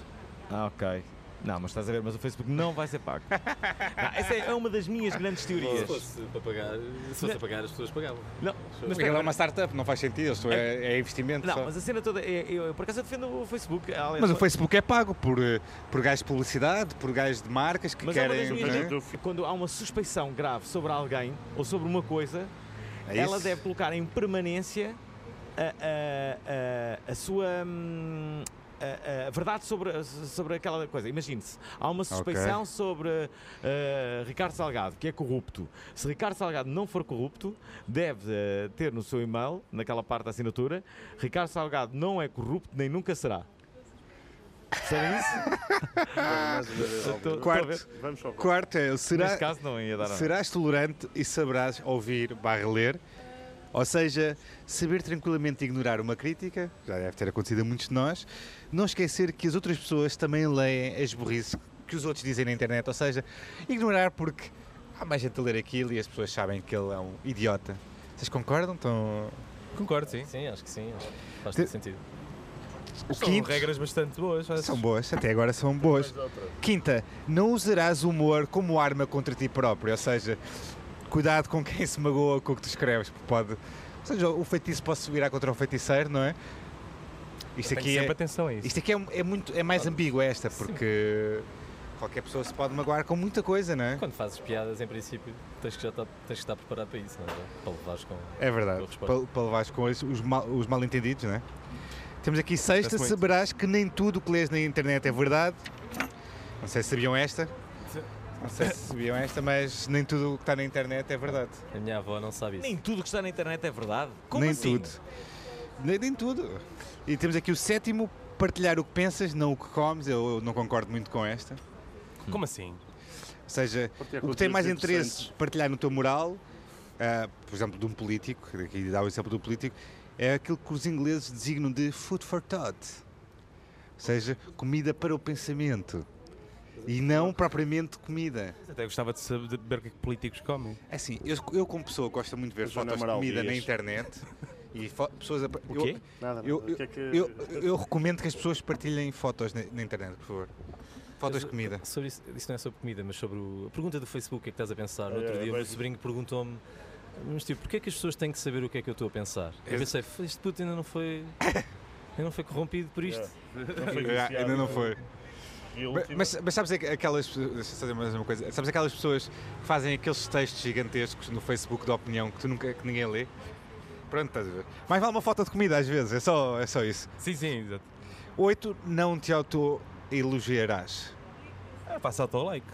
Ah, ok. Não, mas estás a ver, mas o Facebook não vai ser pago. Não, essa é é uma das minhas grandes
Se
teorias.
fosse para pagar, se fosse a pagar, as pessoas pagavam.
Não, mas
Porque
espera,
ela é uma startup, não faz sentido. Eles só é, é investimento.
não,
só.
mas a cena toda. é- Eu, eu, por acaso eu defendo o Facebook. aliás,
Mas o Facebook é pago por, eh, por gajos de publicidade, por gajos de marcas que
Mas é uma das
querem.
minhas
né?
grandes- Quando há uma suspeição grave sobre alguém ou sobre uma coisa,
É
ela
isso?
deve colocar em permanência a, a- a- a sua hum, a, a verdade sobre, sobre aquela coisa. Imagine-se, há uma suspeição sobre eh, Ricardo Salgado, que é corrupto. Se Ricardo Salgado não for corrupto, deve eh, ter no seu e-mail, naquela parte da assinatura, Ricardo Salgado não é corrupto nem nunca será. Percebem isso?
Mais uma vez, Alvin.
Estou- estou a ver.
Quarto,
Vamos só.
quarto é,
Neste
será,
caso não ia
Tá,
dar a nada.
serás tolerante e saberás ouvir barra ler. Ou seja, saber tranquilamente ignorar uma crítica, já deve ter acontecido a muitos de nós, não esquecer que as outras pessoas também leem as burrice que os outros dizem na internet, ou seja, ignorar porque há mais gente a ler aquilo e as pessoas sabem que ele é um idiota. Vocês concordam? Então,
Concordo, sim.
Sim, acho que sim. acho que Faz
Te-
todo sentido.
o
São
quinto-
regras bastante boas. acho.
São boas, até agora são boas. Quinta, não usarás o humor como arma contra ti próprio, ou seja, cuidado com quem se magoa com o que tu escreves, porque pode. Ou seja, o feitiço pode se virar contra o feiticeiro, não é? Isto
Tenho
aqui
sempre
é,
atenção a isso.
isto aqui é, é muito, é mais ambíguo esta, porque qualquer pessoa se pode magoar com muita coisa, não é?
Quando fazes piadas, em princípio, tens que, já estar, tens que estar preparado para isso, não é? Para levares com.
É
Eu
verdade,
respondo.
para, para levares com os, os mal, os mal-entendidos, não é? Temos aqui sexta,
Acontece muito.
saberás que nem tudo o que lês na internet é verdade. Não sei se sabiam esta. Não sei se sabiam esta, mas nem tudo o que está na internet é verdade.
A minha avó não sabe isso.
Nem tudo que está na internet é verdade. Como
nem
assim?
tudo. Nem, nem tudo. E temos aqui o sétimo, partilhar o que pensas, não o que comes. Eu não concordo muito com esta.
Como assim?
Ou seja,
Partilhar
o que tem mais
conteúdos
interesse
interessantes.
partilhar no teu moral, ah, por exemplo, de um político, que aqui dá o exemplo do político, é aquilo que os ingleses designam de food for thought. Ou seja, comida para o pensamento. E não propriamente comida.
Até gostava de saber o que é que políticos comem.
É Assim, eu, eu como pessoa gosto muito de ver
O João
fotos de
Amaral
comida na
é Dias.
internet e fo- pessoas... a-
O quê?
Nada, nada.
Eu,
O
eu,
que é que-
eu, eu recomendo que as pessoas partilhem fotos na, na internet, por favor. Fotos de comida.
Sobre isso, isso não é sobre comida, mas sobre o- a pergunta do Facebook, o que é que estás a pensar? No outro
é,
dia, o
vai-
meu sobrinho perguntou-me. Mas tipo, porquê é que as pessoas têm que saber o que é que eu estou a pensar? Eu pensei, "F- este puto ainda não foi. ainda não foi corrompido por isto.
É.
Não foi
Ah,
viciado,
Ainda não foi.
E o
Mas-
último-
Mas, mas sabes aqu- aquelas pessoas- deixa eu fazer mais uma coisa. Sabes aquelas pessoas que fazem aqueles textos gigantescos no Facebook de opinião que tu nunca que ninguém lê? Pronto, estás a ver. Mais vale uma foto de comida às vezes, é só, é só isso.
Sim, sim, exato.
8. Não te auto-elogiarás.
É,
Ah, passa auto like.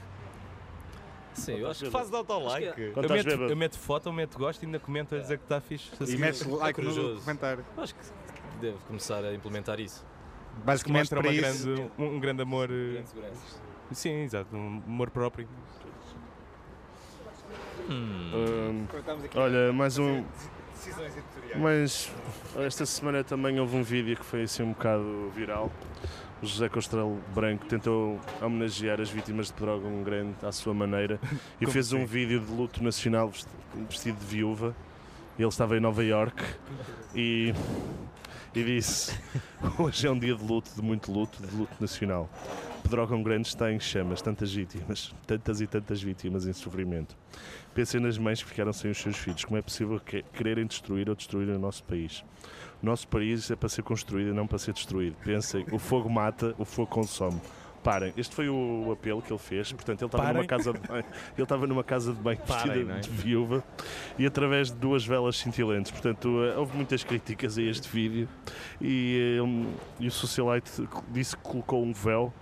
Sim, eu acho que é- faz.
Fazes autolike.
Quando
Eu
estás
meto,
bêbado.
eu meto foto, eu meto gosto e ainda comento a dizer que está fixe.
E metes like no
corajoso.
comentário.
eu Acho que deve começar a implementar isso.
Basicamente
Mostra
para
uma
isso.
grande, um, um grande amor. eh,
segurança.
Sim, exato. Um amor próprio.
Hum, Olha, mais um.
Decisões editoriais.
Mas esta semana também houve um vídeo que foi assim um bocado viral. O José Costrelo Branco tentou homenagear as vítimas de droga um grande à sua maneira e
Como
fez um
assim?
vídeo de luto nacional vest- vestido de viúva. Ele estava em Nova York e, e disse: Hoje é um dia de luto, de muito luto, de luto nacional. Pedrógão Grande está em chamas, tantas vítimas, tantas e tantas vítimas em sofrimento. Pensem nas mães que ficaram sem os seus filhos. Como é possível que quererem destruir ou destruir o nosso país? O nosso país é para ser construído e não para ser destruído. Pensem, o fogo mata, o fogo consome. Parem, este foi o apelo que ele fez. Portanto, ele estava numa
Parem.
casa de banho, ele estava numa casa de banho
Parem,
vestida
não é?
de viúva e através de duas velas cintilantes. Portanto, eh, houve muitas críticas a este vídeo e, eh, um, e o socialite disse que colocou um véu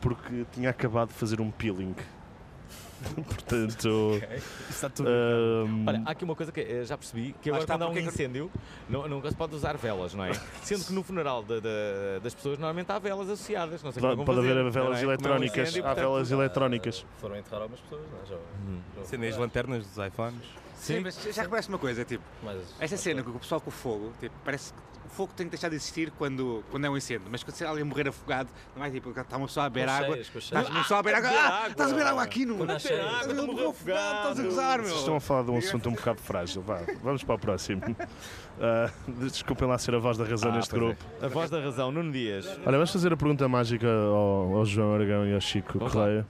porque tinha acabado de fazer um peeling. Portanto, ehm,
Está tudo.
ahm,
Olha, há aqui uma coisa que eh, já percebi, que
Lá
agora
está,
quando há um
porque é que-
incêndio não, nunca se pode usar velas, não é? Sendo que no funeral da- da- das pessoas normalmente há velas associadas, não sei como é
pode,
que
pode
vão fazer,
haver
não
velas
é? Como é um
eletrónicas.
incêndio,
Há
portanto- eh,
velas eletrónicas.
Ah, foram enterrar algumas pessoas, não é? Já, já
Acendem as lanternas dos iPhones.
Sim, mas já reparaste uma coisa, tipo,
Mas-
essa cena que o pessoal com o fogo, tipo, parece que o fogo tem que deixar de existir quando, quando é um incêndio, mas quando se alguém morrer afogado, não é tipo, está uma pessoa a beber
Com
água,
cheias, com
está
cheias.
uma pessoa Tá a beber água,
beber
ah,
água.
estás a beber água aqui, não
Quando há
Estás
cheias.
a morrer afogado, estás a gozar,
Vocês estão a
meu.
falar de um assunto um bocado frágil. Vá, vamos para o próximo. Ah, desculpem lá ser a voz da razão
Ah,
neste
pois é.
grupo.
A voz da razão, Nuno Dias.
Olha, vamos fazer a pergunta mágica ao, ao João Aragão e ao Chico
Vamos lá.
Correia.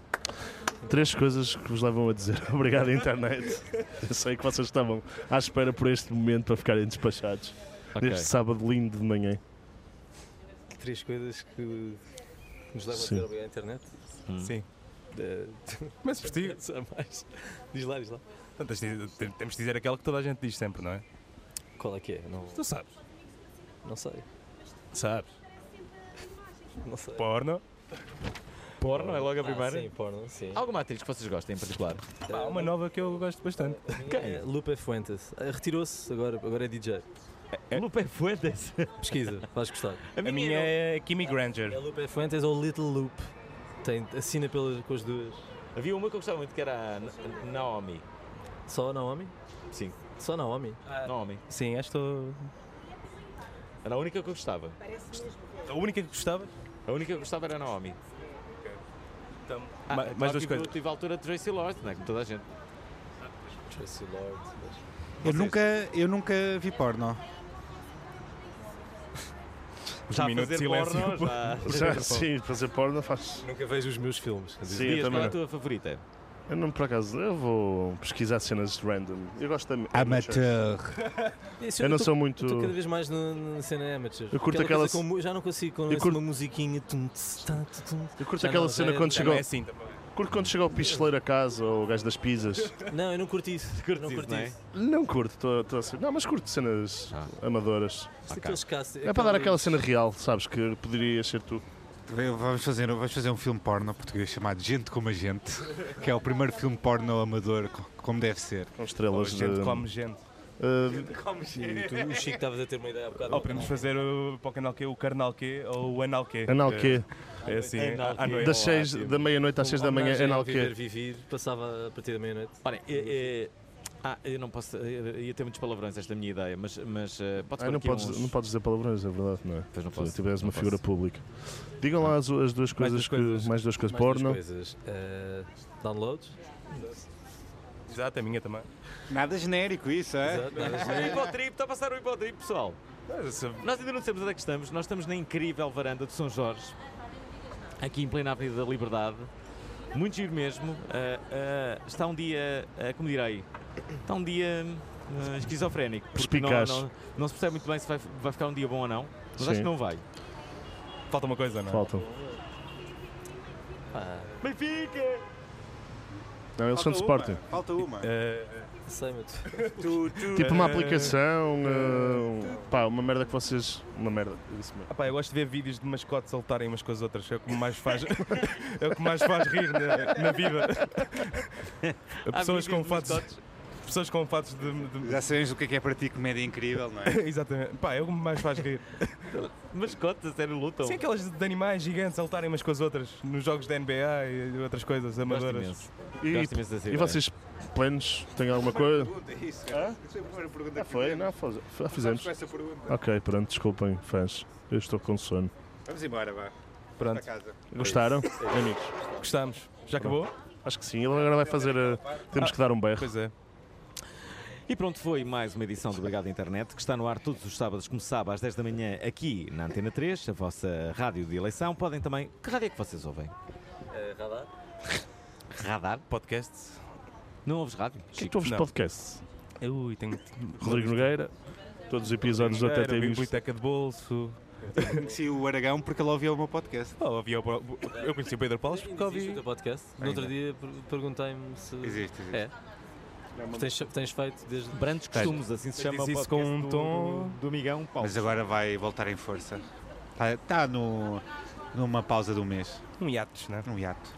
Três coisas que vos levam a dizer obrigado à internet. Eu sei que vocês estavam à espera por este momento para ficarem despachados.
Ok.
Neste sábado lindo de manhã.
Três coisas que nos levam
Sim.
a dizer obrigado à internet.
Sim.
Eh,
Hum. Mas por ti.
só mais. Diz lá, diz lá.
Portanto, tens de- tem- Temos de dizer aquela que toda a gente diz sempre, não é?
Qual é que é? Não,
Tu sabes.
não sei.
Sabes.
Não sei.
Porno.
Porno, é logo a
Ah,
primeira.
sim, porno, sim.
Há Alguma atriz que vocês gostem em particular?
Tá.
Há uma nova que eu gosto bastante.
Quem? é Lupe Fuentes. Eh, Retirou-se agora, agora é DJ.
É. Lupe Fuentes.
Pesquisa, vais gostar.
A minha é Kimi Granger.
É Lupe Fuentes ou Little Loop. Tem, assina pelas, com as duas.
Havia uma que eu gostava muito que era a Na- Naomi.
Só a Naomi?
Sim,
Só a Naomi?
Naomi.
Sim, acho que estou-
Era a única que eu gostava.
A única que gostava.
A única que eu gostava era a Naomi.
Então,
Ah,
Ma-
claro
mais
que
duas coisas.
Eu tive a altura de Tracy Lord, não é? Como toda a gente.
Tracy Lord. mas-
Eu nunca, eu nunca vi porno.
Já a
minuto de
fazer
silêncio.
porno, já.
Já, sim, fazer porno faz.
Nunca vejo os meus filmes.
Sim,
Dias,
eu
qual é
também.
a tua favorita?
Eu não, por acaso, eu vou pesquisar cenas random. Eu gosto da.
Amateur.
Isso
Eu não
tô-
sou muito.
Estou cada vez mais no- na cena amateur.
Eu curto aquela
coisa com mu- já não consigo com
Eu curto-
uma musiquinha. Tum, tss, tá, tu, tum.
Eu curto
Já
aquela
não, já
cena
é-
quando
já
chegou.
Não é assim também.
Curto quando chega o picheleiro a casa ou o gajo das pizzas.
Não, eu não curti isso. não
isso,
curti
não é?
isso.
Não curto, estou a ser. Não, mas curto cenas
Ah.
amadoras.
Isto é aqueles cast-
É para dar aquela
aqueles-
cena real, sabes? Que poderias ser tu.
Vamos fazer, vamos fazer um filme porno português chamado Gente Como a Gente, que é o primeiro filme porno amador, co- como deve ser.
Com
A
estrelas
gente
de.
come gente.
Ah,
Tu, o Chico estavas a ter uma ideia há bocado.
Ou podemos fazer o, para o canal Q, o carnal Q ou o anal Q.
anal quê?
É assim,
Anal
à
Q.
noite.
Das seis da meia-noite às seis
Um
da manhã, é
Homenagem ao
anal
Viver,
quê?
viver, passava a partir da meia-noite.
Olha, é- é- ah, eu não posso. eu ia ter muitos palavrões esta é minha ideia, mas, mas eh, pode
Ah,
ser
não,
aqui
podes,
uns...
não podes dizer palavrões, é verdade, não é?
Pois não
Se
posso.
tiveres
não
uma figura
posso.
pública. Digam lá as, as duas coisas
duas
que.
coisas.
Mais duas coisas.
Mais
porno.
duas coisas. Eh, downloads.
Exato, a minha também.
Nada genérico isso, é?
Exato, nada
Está o
genérico.
hipotrip, um está a passar o hipotrip, pessoal. Nós ainda não sabemos onde é que estamos. Nós estamos na incrível varanda de São Jorge, aqui em plena Avenida da Liberdade. Muito giro mesmo. Ah, ah, está um dia, ah, como direi, está um dia ah, esquizofrénico. porque não,
Perspicaz.
não, não se percebe muito bem se vai, vai ficar um dia bom ou não, mas acho
Sim.
que não vai.
Falta uma coisa, não é?
Faltam.
Ah.
Pá,
Benfica!
Não, eles são de Sporting.
Falta uma.
Eh,
não sei, mas
Tipo uma
Eh,
aplicação, eh, pá, uma merda que vocês. Uma merda, eu disse merda.
ah pá, eu gosto de ver vídeos de mascotes a lutarem umas com as outras. É o que me mais faz, é o que mais faz rir na, na vida. Pessoas com, fatos, pessoas com fatos de. de-
Já sabemos o que é que é para ti comédia incrível, não é?
Exatamente. Pá, é o que me mais faz rir.
Mascotes, a sério, lutam.
Sim, aquelas de animais gigantes a lutarem umas com as outras nos jogos da NBA e outras coisas
Gosto
amadoras.
imenso.
E,
Gosto imenso dessa
e
ideia.
vocês, planos, têm alguma coisa?
Pergunta isso, cara. Isso é a primeira pergunta
Já foi, não, faz- já
Vamos
fizemos.
com essa pergunta.
Ok, pronto, desculpem, fãs. Eu estou com sono.
Vamos embora, vá. Para
Pronto,
casa.
Gostaram? Amigos?
gostamos. Já acabou?
Acho que sim. Ele agora vai fazer. eh, temos que dar um berro.
Pois é.
E pronto, foi mais uma edição do Obrigado Internet, que está no ar todos os sábados, como sabe, às 10 da manhã, aqui na Antena 3, a vossa rádio de eleição. Podem também. Que rádio é que vocês ouvem?
eh, radar.
Radar?
Podcast.
Não ouves rádio?
O que é que tu ouves de
Não.
podcast?
Ui, tenho.
Rodrigo Nogueira, todos os episódios do Até
Era
Temos.
biblioteca de bolso.
Conheci o Aragão porque ele ouvia o meu podcast.
Oh, havia o Pro- Eu conheci o Pedro Paulo porque
Ainda existe o
ouvi.
teu podcast. No outro dia per- perguntei-me se.
Existe, existe.
É. Tens, tens feito desde.
Brandos Costumes, assim se chama o
Diz isso
podcast
com um
do,
tom-
do, do Migão Paulo.
Mas agora vai voltar em força. Está tá no, numa pausa de um mês,
Um hiatus, né?
num hiato.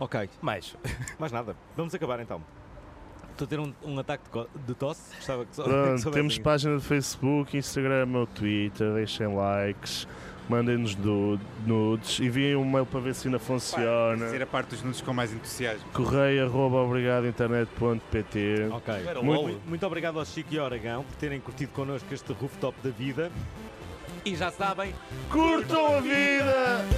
Ok,
Mais.
mais nada. Vamos acabar então. Estou a ter um, um ataque de, co- de tosse. Gostava que só.
Pronto,
soubessem
temos
isso.
página do Facebook, Instagram ou Twitter, deixem likes, mandem-nos du- nudes, enviem um mail para ver se ainda
Dizer
funciona.
a parte dos nudes com mais entusiasmo.
Correio arroba obrigadointernet.pt
Ok.
Muito-
Muito, muito obrigado ao Chico e ao Aragão por terem curtido connosco este rooftop da vida. E já sabem,
Curtam a vida!